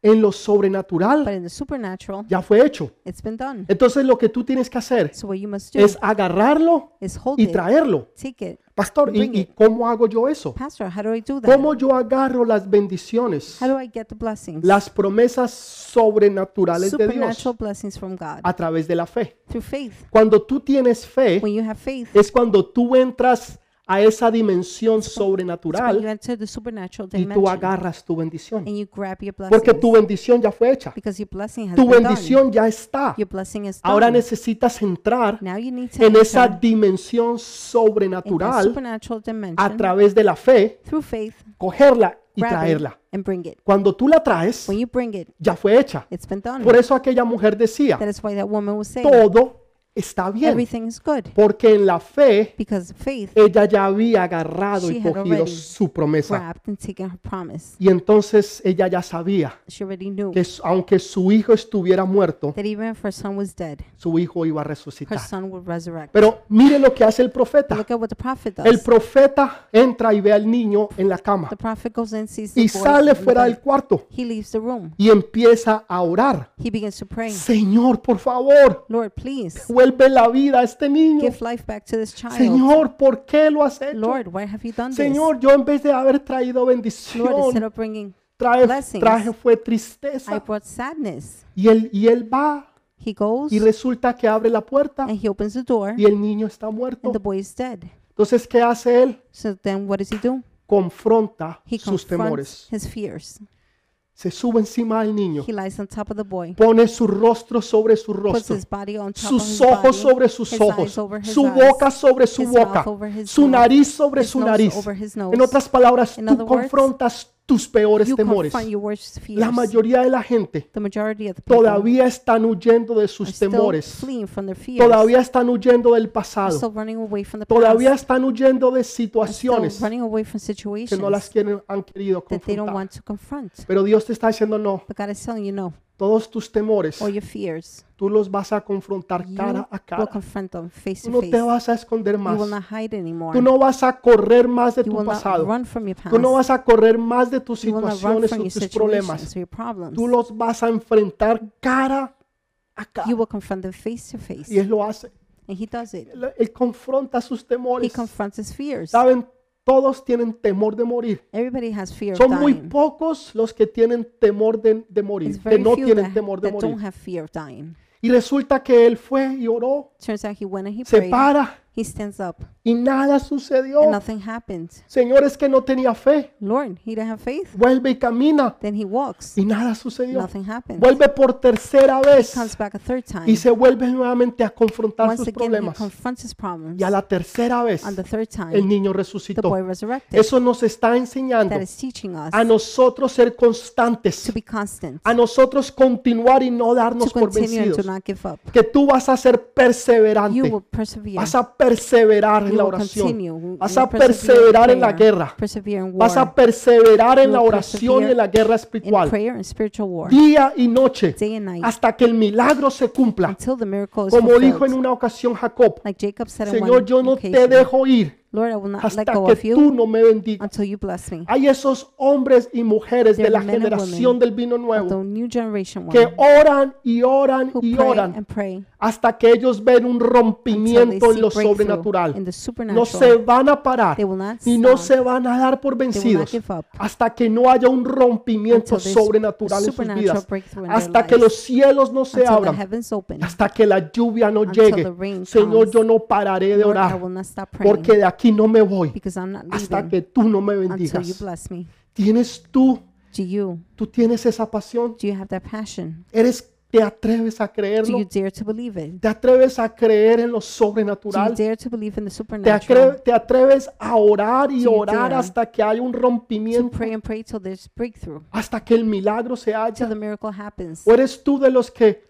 en lo
But
sobrenatural
in the supernatural,
ya fue hecho.
it's been done.
Entonces lo que tú tienes que hacer
So what you must do
es agarrarlo
is hold
y
it,
traerlo.
take it.
Pastor,
Bring
¿y, y
it.
cómo hago yo eso?
Pastor, how do I do that?
¿Cómo yo agarro las bendiciones,
How do I get the blessings?
las promesas sobrenaturales de Dios
Supernatural blessings from God
a través de la fe?
through faith.
Cuando tú tienes fe,
When you have faith,
es cuando tú entras a esa dimensión
it's when you
sobrenatural
enter the supernatural
y tú
dimension
agarras tu bendición.
and you grab your
Porque tu
blessings
bendición ya fue hecha.
because your blessing has
Tu
been done.
bendición ya está.
Your blessing is
Ahora
done.
necesitas entrar
Now you need to
en esa
enter
dimensión
in the
sobrenatural
supernatural
a
dimension
través de la fe,
through faith,
cogerla y
grab it,
traerla.
and bring it.
Cuando tú la traes,
When you bring it,
ya fue hecha.
it's been done.
Por eso aquella mujer decía,
That is why that woman was saying,
todo está bien,
everything is good
porque en la fe
because faith
ella ya había agarrado y
She had
cogido
already
su promesa.
grabbed and taken her promise.
Y entonces ella ya sabía
She already knew
que s- aunque su hijo estuviera muerto,
that even if her son was dead,
su hijo iba a
her
resucitar.
son would resurrect.
Pero mire lo que hace el profeta.
Look at what the prophet
El
does.
profeta entra y ve al niño en la cama
The prophet goes in, sees the
y
boy
sale
in the
fuera
bed.
del cuarto
He leaves the room.
y empieza a orar.
He begins to pray.
Señor, por favor,
Lord, please
vuelve la vida a este niño.
give life back to this child.
Señor, ¿por qué lo has hecho?
Lord, why have you done this?
Señor, yo en vez de haber traído
Lord, instead
bendición,
of bringing,
trae,
blessings,
traje fue
I
tristeza.
brought sadness.
Y él, y él va
He goes
y resulta que abre la puerta
and he opens the door,
y el niño está
and
muerto.
the boy is dead.
Entonces, ¿qué hace él?
So then, what does he do?
Confronta
He
sus
confronts
temores.
his fears.
Se sube encima del niño,
He lies on top of the boy,
pone su rostro sobre su
puts
rostro,
his body on top of
sus
his
ojos
body,
sobre sus
his
ojos,
eyes over his
su
eyes,
boca sobre su
his mouth
boca,
over his
su
mouth,
nariz sobre
his
su
nose
nariz.
over his
En
nose.
otras palabras,
In
tú
other words,
confrontas tus peores
You
temores.
confront your worst fears.
La mayoría de la gente
the majority of the people
todavía están huyendo de
are
sus
still
temores,
fleeing from their fears.
todavía están huyendo del
are
pasado,
still running away from the
todavía
past.
están huyendo de
are still
situaciones
running away from
que
situations
no las quieren, han querido
that they don't
confrontar.
want to confront.
Pero Dios te está diciendo, no,
But God is telling you no.
todos tus temores,
All your fears,
tú los vas a confrontar
you
cara a
will
cara.
confront them face
Tú
to
no
face.
te
You
vas a esconder más.
will not hide anymore.
Tú no vas a correr más de
you
tu
will not
pasado.
run from your past.
Tú no vas a correr más de tus
you will not run
situaciones o
from your
tus problemas.
situations or your problems.
Tú los vas a enfrentar cara a
you
cara.
will confront them face to face.
Y Él lo hace.
And he does it.
Él, él confronta sus
He
temores.
confronts his fears.
Saben, todos tienen temor de morir.
Everybody has fear of
Son muy
dying.
pocos los que tienen temor de, de
It's
morir, que
very
no
few
tienen
that,
temor de
that don't
morir.
have fear of dying.
Y resulta que él fue y oró,
Turns out he went and he
se
prayed.
para
He stands up
y y nada sucedió.
and nothing happened.
Señor, es que no tenía fe.
Lord, he didn't have faith.
Vuelve y camina
Then he walks.
y nada sucedió.
Nothing happened.
Vuelve por tercera vez
Comes back a third time.
y se vuelve nuevamente a confrontar
Once
sus
again, he
problemas.
confronts his problems.
Y a la tercera vez
On the third
el
time,
niño
the
resucitó.
boy resurrected.
Eso nos está enseñando
That is teaching us
a nosotros ser constantes,
to be constant,
a nosotros continuar y no
to
darnos por
continue and to
vencidos.
not give up.
Que tú vas a ser
You
perseverante,
will persevere.
vas a perseverar en
You
la
will
oración,
continue.
vas
You
a
will persevere in
perseverar en la
prayer,
guerra,
Persevere in
vas a
war.
perseverar en
You
la
will
oración y en la guerra
In
espiritual,
prayer and spiritual war.
día y noche,
Day and night.
hasta que el milagro se cumpla.
Until the miracle is
Pues Como dijo en
fulfilled.
una ocasión Jacob,
Like Jacob said on
Señor, yo
one
no te
occasion.
dejo ir
Lord, I will not
hasta
let go
que
of you
tú no me bendigas.
until you bless me.
Hay esos hombres y mujeres de
There
la
are men and
generación
women
del vino nuevo
The new generation one
que oran y oran
who
y
pray
oran
and pray
hasta que ellos ven un
until they
rompimiento en
see
lo
breakthrough in
sobrenatural.
the
No
supernatural.
se van a parar
They will not
y no
stop.
se van a dar por vencidos
give up
hasta que no haya un rompimiento
until there's
sobrenatural en sus
supernatural
vidas,
breakthrough in their
hasta que
lives.
los cielos no se
until the
abran,
heavens open.
hasta que la lluvia no
Until
llegue.
the rain
Señor,
comes.
yo no pararé de
Lord, I
orar
will not stop praying
porque de aquí no me voy
because I'm not
hasta
leaving
que tú no me
until you
bendigas.
bless me.
¿Tienes tú
Do you?
¿Tú tienes esa pasión?
Do you have that passion?
¿Eres, ¿Te atreves a
Do
creerlo?
you dare to believe it?
¿Te atreves a creer en lo
Do you
sobrenatural?
dare to believe in the
¿Te,
supernatural?
atre- te atreves a orar y
Do you
orar
dare?
hasta que haya un
To
rompimiento,
pray and pray till there's breakthrough,
hasta que el milagro se
till
haya?
the miracle happens.
¿O eres tú de los que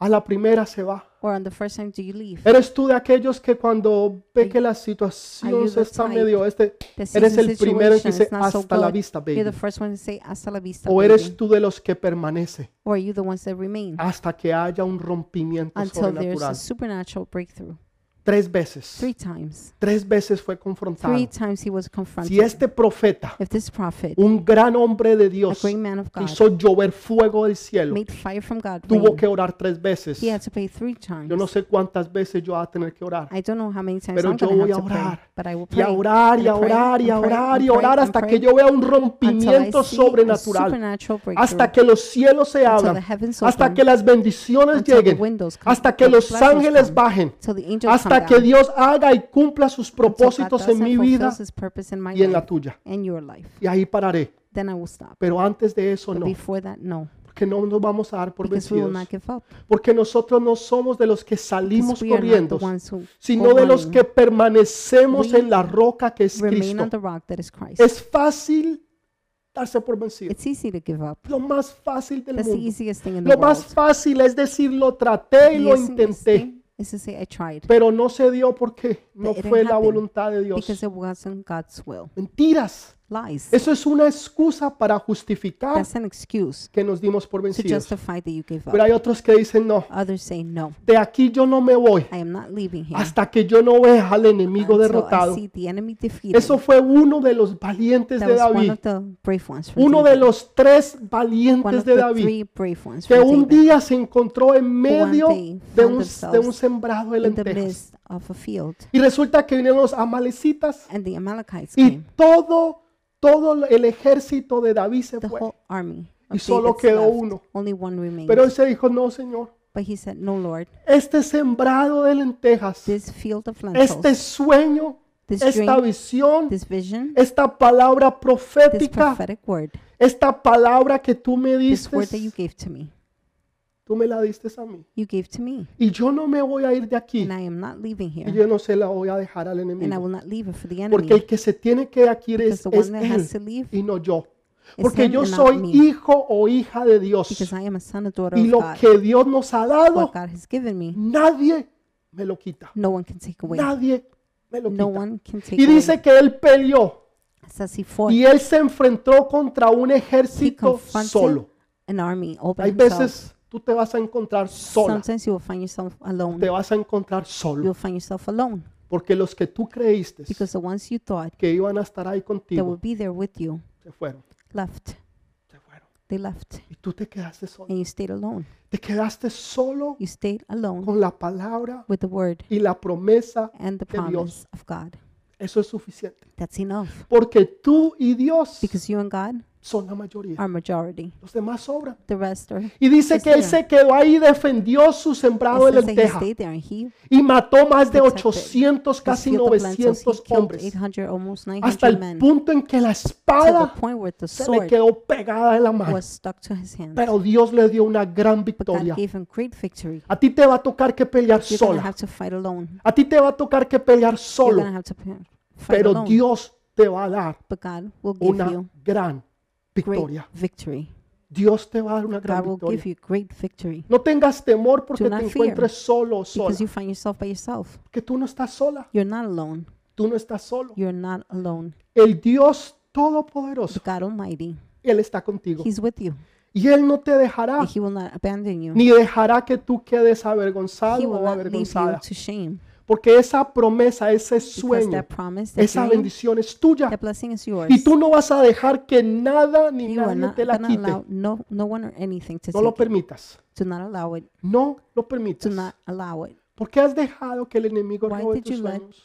a la primera se va?
Or on the first time, do you leave?
¿Eres tú de aquellos que cuando ve que la
Are
situación
you the
está
type
medio este,
The
eres
season
el primero en que
situation
dice
is not so
hasta la
good.
vista,
You're
baby?
the first one to say hasta la vista.
¿O
baby.
eres tú de los que permanece
Or are you the ones that remain
hasta que haya un rompimiento
until there's a
sobrenatural?
supernatural breakthrough?
Tres veces.
Three times.
Tres veces fue confrontado.
Three times he was
Si
confronted.
este profeta,
If this prophet,
un gran hombre de
a
Dios,
great man of God,
hizo llover fuego del cielo,
made fire from God,
tuvo
rain,
que orar tres veces.
he had to pay three times.
Yo no sé cuántas veces yo voy a tener que orar.
I don't know how many times
Pero
I'm
yo
going
voy
to
a
have to pray,
orar,
but I will
Y
pray.
a orar, y a
and pray,
orar, y a
and pray,
orar, y a
and pray,
orar
and
hasta
pray
que yo vea un
until I
rompimiento
see a
sobrenatural.
supernatural
Hasta
breakthrough.
que los cielos se abran,
the heavens
hasta
open,
que las bendiciones
until the
lleguen,
windows come,
hasta que
until
los
the blessings
ángeles
come,
bajen,
till the angels
hasta
come
que
down,
Dios haga y cumpla sus
until God
propósitos
does
en
and
mi vida
fulfills His purpose in my
y en la
life
tuya.
and your life.
Y ahí pararé.
Then I will stop.
Pero antes de eso
But
no,
before that, no,
porque no nos vamos a dar por
because we will
vencidos.
not give up.
Porque nosotros no somos de los que salimos
Because we are not the
corriendo,
ones who
sino
go
de los
running.
que permanecemos
We
en la roca que es
remain
Cristo.
on the rock that is Christ.
Es fácil darse por vencido.
It's easy to give up.
Lo más fácil del
That's the
mundo.
easiest thing in the
Lo más
world.
fácil es decir, lo traté y
The
lo
easiest
intenté,
thing is to say I tried
pero no se dio porque no
But it
fue
didn't
la
happen
voluntad de
because
Dios.
it wasn't God's will.
Mentiras.
Lies.
Eso es una excusa para justificar
That's an excuse
que nos dimos por
to
vencidos.
justify that you gave
Pero
up.
hay otros que dicen, no,
Others say no.
de aquí yo no me voy
I am not leaving here
hasta que yo no vea al enemigo
until I
derrotado.
see the enemy defeated.
Eso fue uno de los valientes
That
de
was one
David.
of the brave ones from
Uno de
David.
los tres
One
valientes
of
de
the
David
three brave ones
que
from
un
David
día se encontró en medio
day
de un,
found
de un
themselves
sembrado de
in the
lentejas.
midst of a field.
Y resulta que vinieron los amalecitas
And the Amalekites
y
came.
todo, todo el ejército de David se
The
fue.
whole army
Y
of
solo
David's
quedó
left.
uno.
Only one remained.
Pero él se dijo, no, Señor,
But he said, No, Lord,
este sembrado de lentejas,
this field of lentils,
este sueño,
This
esta
dream,
visión,
this vision,
esta palabra
this
profética,
prophetic word,
esta palabra que tú me
this word that you
diste,
gave to me,
tú me la diste a mí.
you gave to me.
Y yo no me voy a ir de aquí.
And I am not leaving
Y
here.
yo no se la voy a dejar al
And I
enemigo.
will not leave it for the
Porque el
enemy.
que se tiene que aquí
Because
es,
the
es
one that has to
él
leave
y no yo.
is
Porque
him
yo
and not
soy
me.
hijo o hija de Dios.
Because I am a son or daughter
Y
of
lo
God.
que Dios nos ha dado,
What God has given me,
nadie me lo quita.
no one can take away.
Nadie me lo
No
quita.
one can take
Y
away.
dice que él peleó
Says he fought.
y él se enfrentó contra un
He
ejército
confronted
solo.
an army all by
Hay
himself.
veces tú te vas a encontrar sola,
Sometimes you will find yourself alone.
te vas a encontrar
You
solo,
will find yourself alone
porque los que tú creíste
because the ones you thought
que iban a estar ahí
that would
contigo
be there with you
se fueron,
left.
se fueron.
They left.
Y tú te quedaste solo.
And you stayed alone.
Te quedaste solo
You stayed alone
con la palabra
with the word
y la promesa.
and the
de Dios.
promise of God.
Eso es suficiente.
That's enough.
Porque tú y Dios
Because you and God
son la mayoría.
are majority.
Los demás sobran.
The rest are.
Y dice
Es
que él
cierto.
se quedó ahí y defendió su sembrado
It
de
says that he
lenteja
stayed there and he
y mató más de
Protected.
800, casi
killed the plants, so he
900
killed
hombres.
800, almost 900
Hasta el
men.
punto en que la
to the
espada
point where the
se le
sword Pues,
quedó pegada en la mano.
was stuck to his hand.
Pero Dios le dio una gran
But God
victoria.
gave him great victory.
A ti te va a tocar que pelear
You're going to
sola.
have to fight alone.
A ti te va a tocar que pelear
You're going
solo.
to have to p- fight
Pero
alone.
Dios te va a dar
But God will give
una
you
gran
great
victoria.
victory.
Dios te va a dar una gran
God will
victoria.
give you great victory
No tengas temor porque
Do
te
not fear.
encuentres solo o sola.
because you find yourself by yourself.
Que tú no estás sola.
You're not alone.
Tú no estás solo.
You're not alone.
El Dios Todopoderoso,
God Almighty,
Él está contigo.
He's with you.
Y Él no te dejará,
And He will not abandon you.
ah, ni dejará que tú quedes
He
avergonzado o
will not leave you
avergonzada.
to shame.
Porque esa promesa, ese
Because
sueño,
that promise, that,
esa
dream,
bendición es tuya.
that blessing is yours.
Y tú no vas a dejar que nada ni
You are
nadie
not
te la
going to allow
quite.
no, no one or anything to
No lo
take it.
permitas.
Do not allow it.
No lo
Do
permitas.
not allow it.
¿Por qué has dejado que el enemigo
Why
robe
did
tus
you let-
sueños?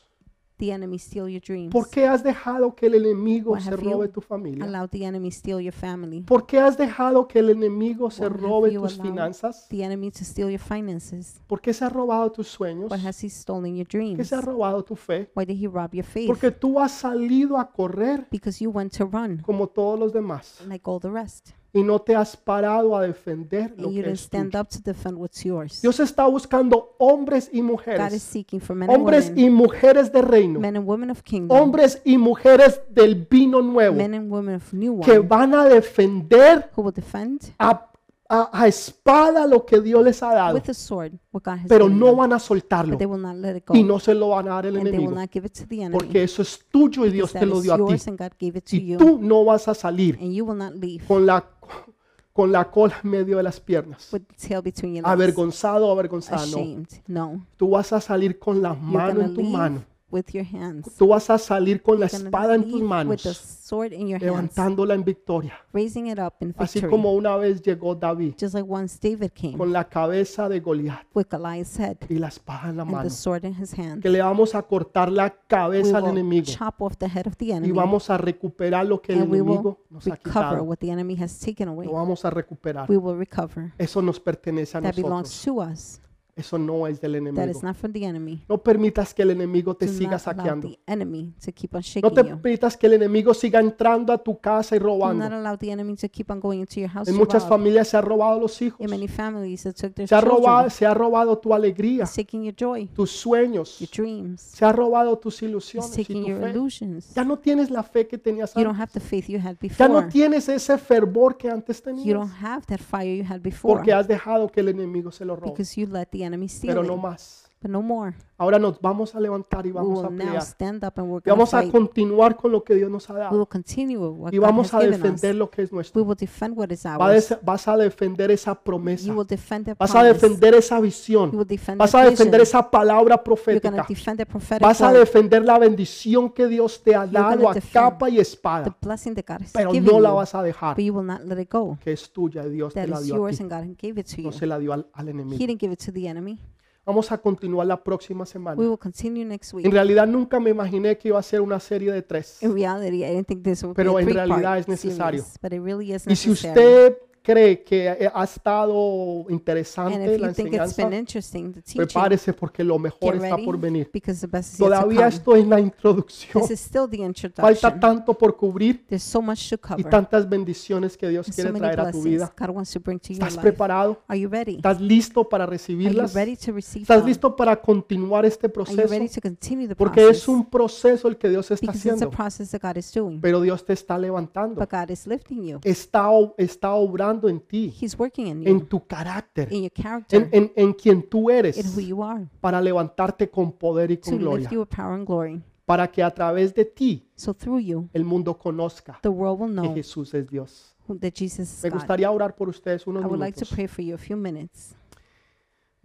The enemy steal your dreams.
¿Por qué has dejado que el enemigo
Why
se
have
robe
you
tu familia?
Allow the enemy steal your family.
¿Por qué has dejado que el enemigo se
Why have
robe
you
tus
allowed
finanzas?
The enemy to steal your finances.
¿Por qué se ha robado tus sueños?
Why has he stolen your
¿Por qué
dreams?
se ha robado tu fe?
Why did he rob your faith?
Porque tú has salido a correr
Because you went to run
como todos los demás
like all the rest.
y no te has parado a defender lo
And you
que
didn't
es tuyo.
stand up to defend what's yours.
Dios está buscando hombres y
God is
mujeres,
seeking for men and
hombres
women,
y mujeres de reino,
men and women of kingdom,
hombres y mujeres del vino nuevo
men and women of new
que
wine
van a defender
who will defend
a, a- a espada lo que Dios les ha dado,
with a sword what God has
pero
given
no
them.
van a soltarlo
But they will not let it go.
y no se lo van a dar el
and they will
enemigo,
not give it to the enemy.
porque eso es tuyo y Dios
because
te
that
lo
is
dio a ti.
yours and God gave it to
Y
you.
tú no vas a salir
and you will not leave
con la, con la cola en medio de las piernas,
with the tail between your legs.
avergonzado o avergonzada, no.
Ashamed. No.
Tú vas a salir con la
You're
mano
going
en
to
tu
leave
mano.
with your hands.
Tú vas a salir con la
You're gonna
espada en tus
leave With the
manos,
sword in your hands.
levantándola en victoria.
Raising it up in
Así
victory.
como una vez llegó David
Just like once David came
con la cabeza de Goliat
with Goliath's head
y la espada en la
and
mano,
the sword in his hand.
que le vamos a cortar la
We
cabeza al
will
enemigo
chop off the head of the
y
enemy.
vamos a recuperar lo que el
and we
enemigo
will
nos ha
recover
quitado.
what the enemy has taken away.
Lo vamos a recuperar.
We will recover.
Eso nos pertenece a
That
nosotros.
belongs to us.
Eso no es del
That
enemigo.
is not from the enemy.
No permitas que el enemigo te
Do
siga
not allow
saqueando.
the enemy to keep on
No
shaking
te
you.
permitas que el enemigo siga entrando a tu casa y
Do not
robando.
allow the enemy to keep on going into your house.
En
to
muchas
rob.
familias se ha robado los hijos.
In many families, it took their
Se ha robado,
children.
se ha robado tu alegría,
It's taking your joy,
tus sueños.
your dreams.
Se ha robado tus
It's
ilusiones y
taking
tu
your
fe.
illusions.
Ya no tienes la fe que tenías
You don't
antes.
have the faith you had
Ya no
before.
tienes ese fervor que antes
You don't
tenías.
have that fire you had before
Porque has dejado que el enemigo se lo robe.
because you let the enemy steal
Pero no
it.
más.
But no more.
Ahora nos vamos a levantar y
We
vamos a
will now
pelear.
stand up and we're
Y
going to
vamos a
fight.
continuar con lo que Dios nos ha
We
dado.
will continue with what
Y
God has
vamos a
given us.
defender lo que es nuestro.
We will defend what is
Va a
ours.
des- Vas a defender esa promesa.
You will defend that
Vas a
promise.
defender esa
You
visión.
will defend
Vas a
that
defender
vision.
esa palabra
You're going
profética.
to defend the prophetic
Vas a
word,
defender la bendición que Dios te ha dado a capa y
the
espada.
blessing that God has
Ah. Pero
given
no la
you,
vas a dejar.
but you will not let it go.
Que es tuya. Dios te
That
la
is
dio a
yours
ti.
and God gave it to
No
you.
se la dio al, al
He
enemigo.
didn't give it to the enemy.
Vamos a continuar la próxima
We
semana.
will continue next
En
week.
realidad nunca me imaginé que iba a ser una serie de tres.
In reality, I didn't think this would
Pero
be a
en
three-part
realidad es necesario.
series, but it really is
Y si
necessary.
usted cree que eh, ha estado
And
interesante
if
la
you think it's
enseñanza,
been interesting, the teaching,
prepárese porque lo mejor
get
está por
ready
venir.
because the best is yet to
Todavía
come.
estoy en la introducción.
This is still the
Falta
introduction.
tanto por cubrir
There's so much to
y
cover.
tantas bendiciones que Dios
There's so
quiere
many
traer a tu
blessings
vida.
God wants to bring to your
¿Estás
life.
preparado?
Are you ready?
¿Estás listo para
Are you
recibirlas?
ready to receive
¿Estás
them?
listo para continuar este
Are you
proceso?
ready to continue the
Porque es
process?
un proceso el que Dios está
Because it's a
haciendo,
process that God is doing.
pero Dios te está levantando.
But God is lifting you.
Está, o- está obrando en ti,
He's working in
en
you,
tu carácter,
in your
en,
character,
en- en quien tú
in
eres,
who you are,
para levantarte con poder y
to
con gloria,
lift you with power and glory.
para que a través de ti
So through you,
el mundo conozca
the world will
que
know
Jesús es Dios.
who- that Jesus
Me
is God.
gustaría orar por ustedes unos
I would like to
minutos.
pray for you a few minutes.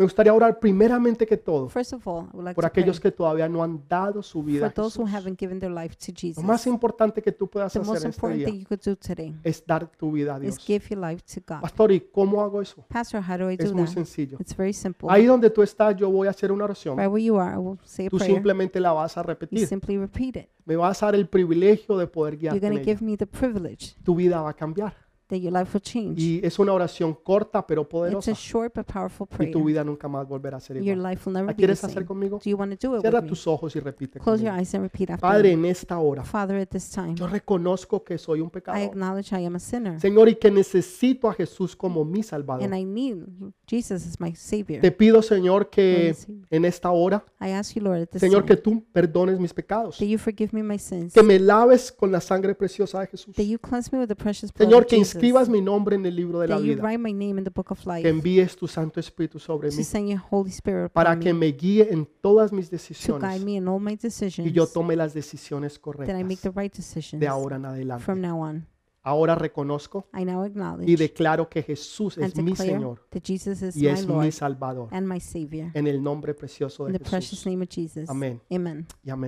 Me gustaría orar primeramente que todo
First of all, I would like
por
to pray
aquellos que todavía no han dado su vida
for
a
those who
Jesús.
haven't given their life to Jesus.
Lo más importante que tú puedas
the most
hacer en este
important thing
día
you could do today
es dar tu vida a
is
Dios.
give your life to God.
Pastor, ¿y cómo hago eso?
Pastor, how do I
Es
do
muy
that?
sencillo.
It's very simple.
Ahí donde tú estás, yo voy a hacer una oración.
right where you are, I will say a
Tú
prayer.
simplemente la vas a
You
repetir.
simply repeat it.
Me vas a dar el privilegio de poder
You're
guiarte en
going to
ella.
give me the privilege
Tu vida va a cambiar.
that your life will change.
Y es una oración corta pero
It's
poderosa.
a short but powerful
Y
prayer.
tu vida nunca más volverá a ser
Your
igual.
life will never
¿La
be the
quieres hacer
same.
conmigo?
Do you want to do it
Cierra
with me?
tus ojos y repite
Close your
conmigo.
eyes and repeat after
Padre,
me.
en esta hora,
Father, at this time,
yo reconozco que soy un
I
pecador.
acknowledge I am a sinner
Señor, y que necesito a Jesús como mi
and
Salvador.
I need Jesus as my Savior.
Te pido, Señor, que en esta hora,
I ask you, Lord, at this
Señor,
time,
que tú perdones mis pecados.
that you forgive me my sins,
Que me laves con la sangre preciosa de Jesús.
that you cleanse me with the precious blood
Señor,
of
que
Jesus,
inscribas mi nombre en el libro de la
that you
vida.
write my name in the book of life,
Que envíes tu Santo Espíritu sobre
to
mí
send your Holy Spirit upon
para
me,
que me guíe en todas mis
to guide
decisiones
me in all my
y
decisions,
yo tome las decisiones
that I make
correctas
the right decisions
de ahora en adelante.
from now on.
Ahora reconozco
I now acknowledge
y declaro que Jesús
and
es mi
declare
Señor
that Jesus is
y
my
es mi
Lord
Salvador.
and my Savior.
En el nombre precioso
In
de
the precious
Jesús.
name of Jesus.
Amén.
Amen.
Y amén.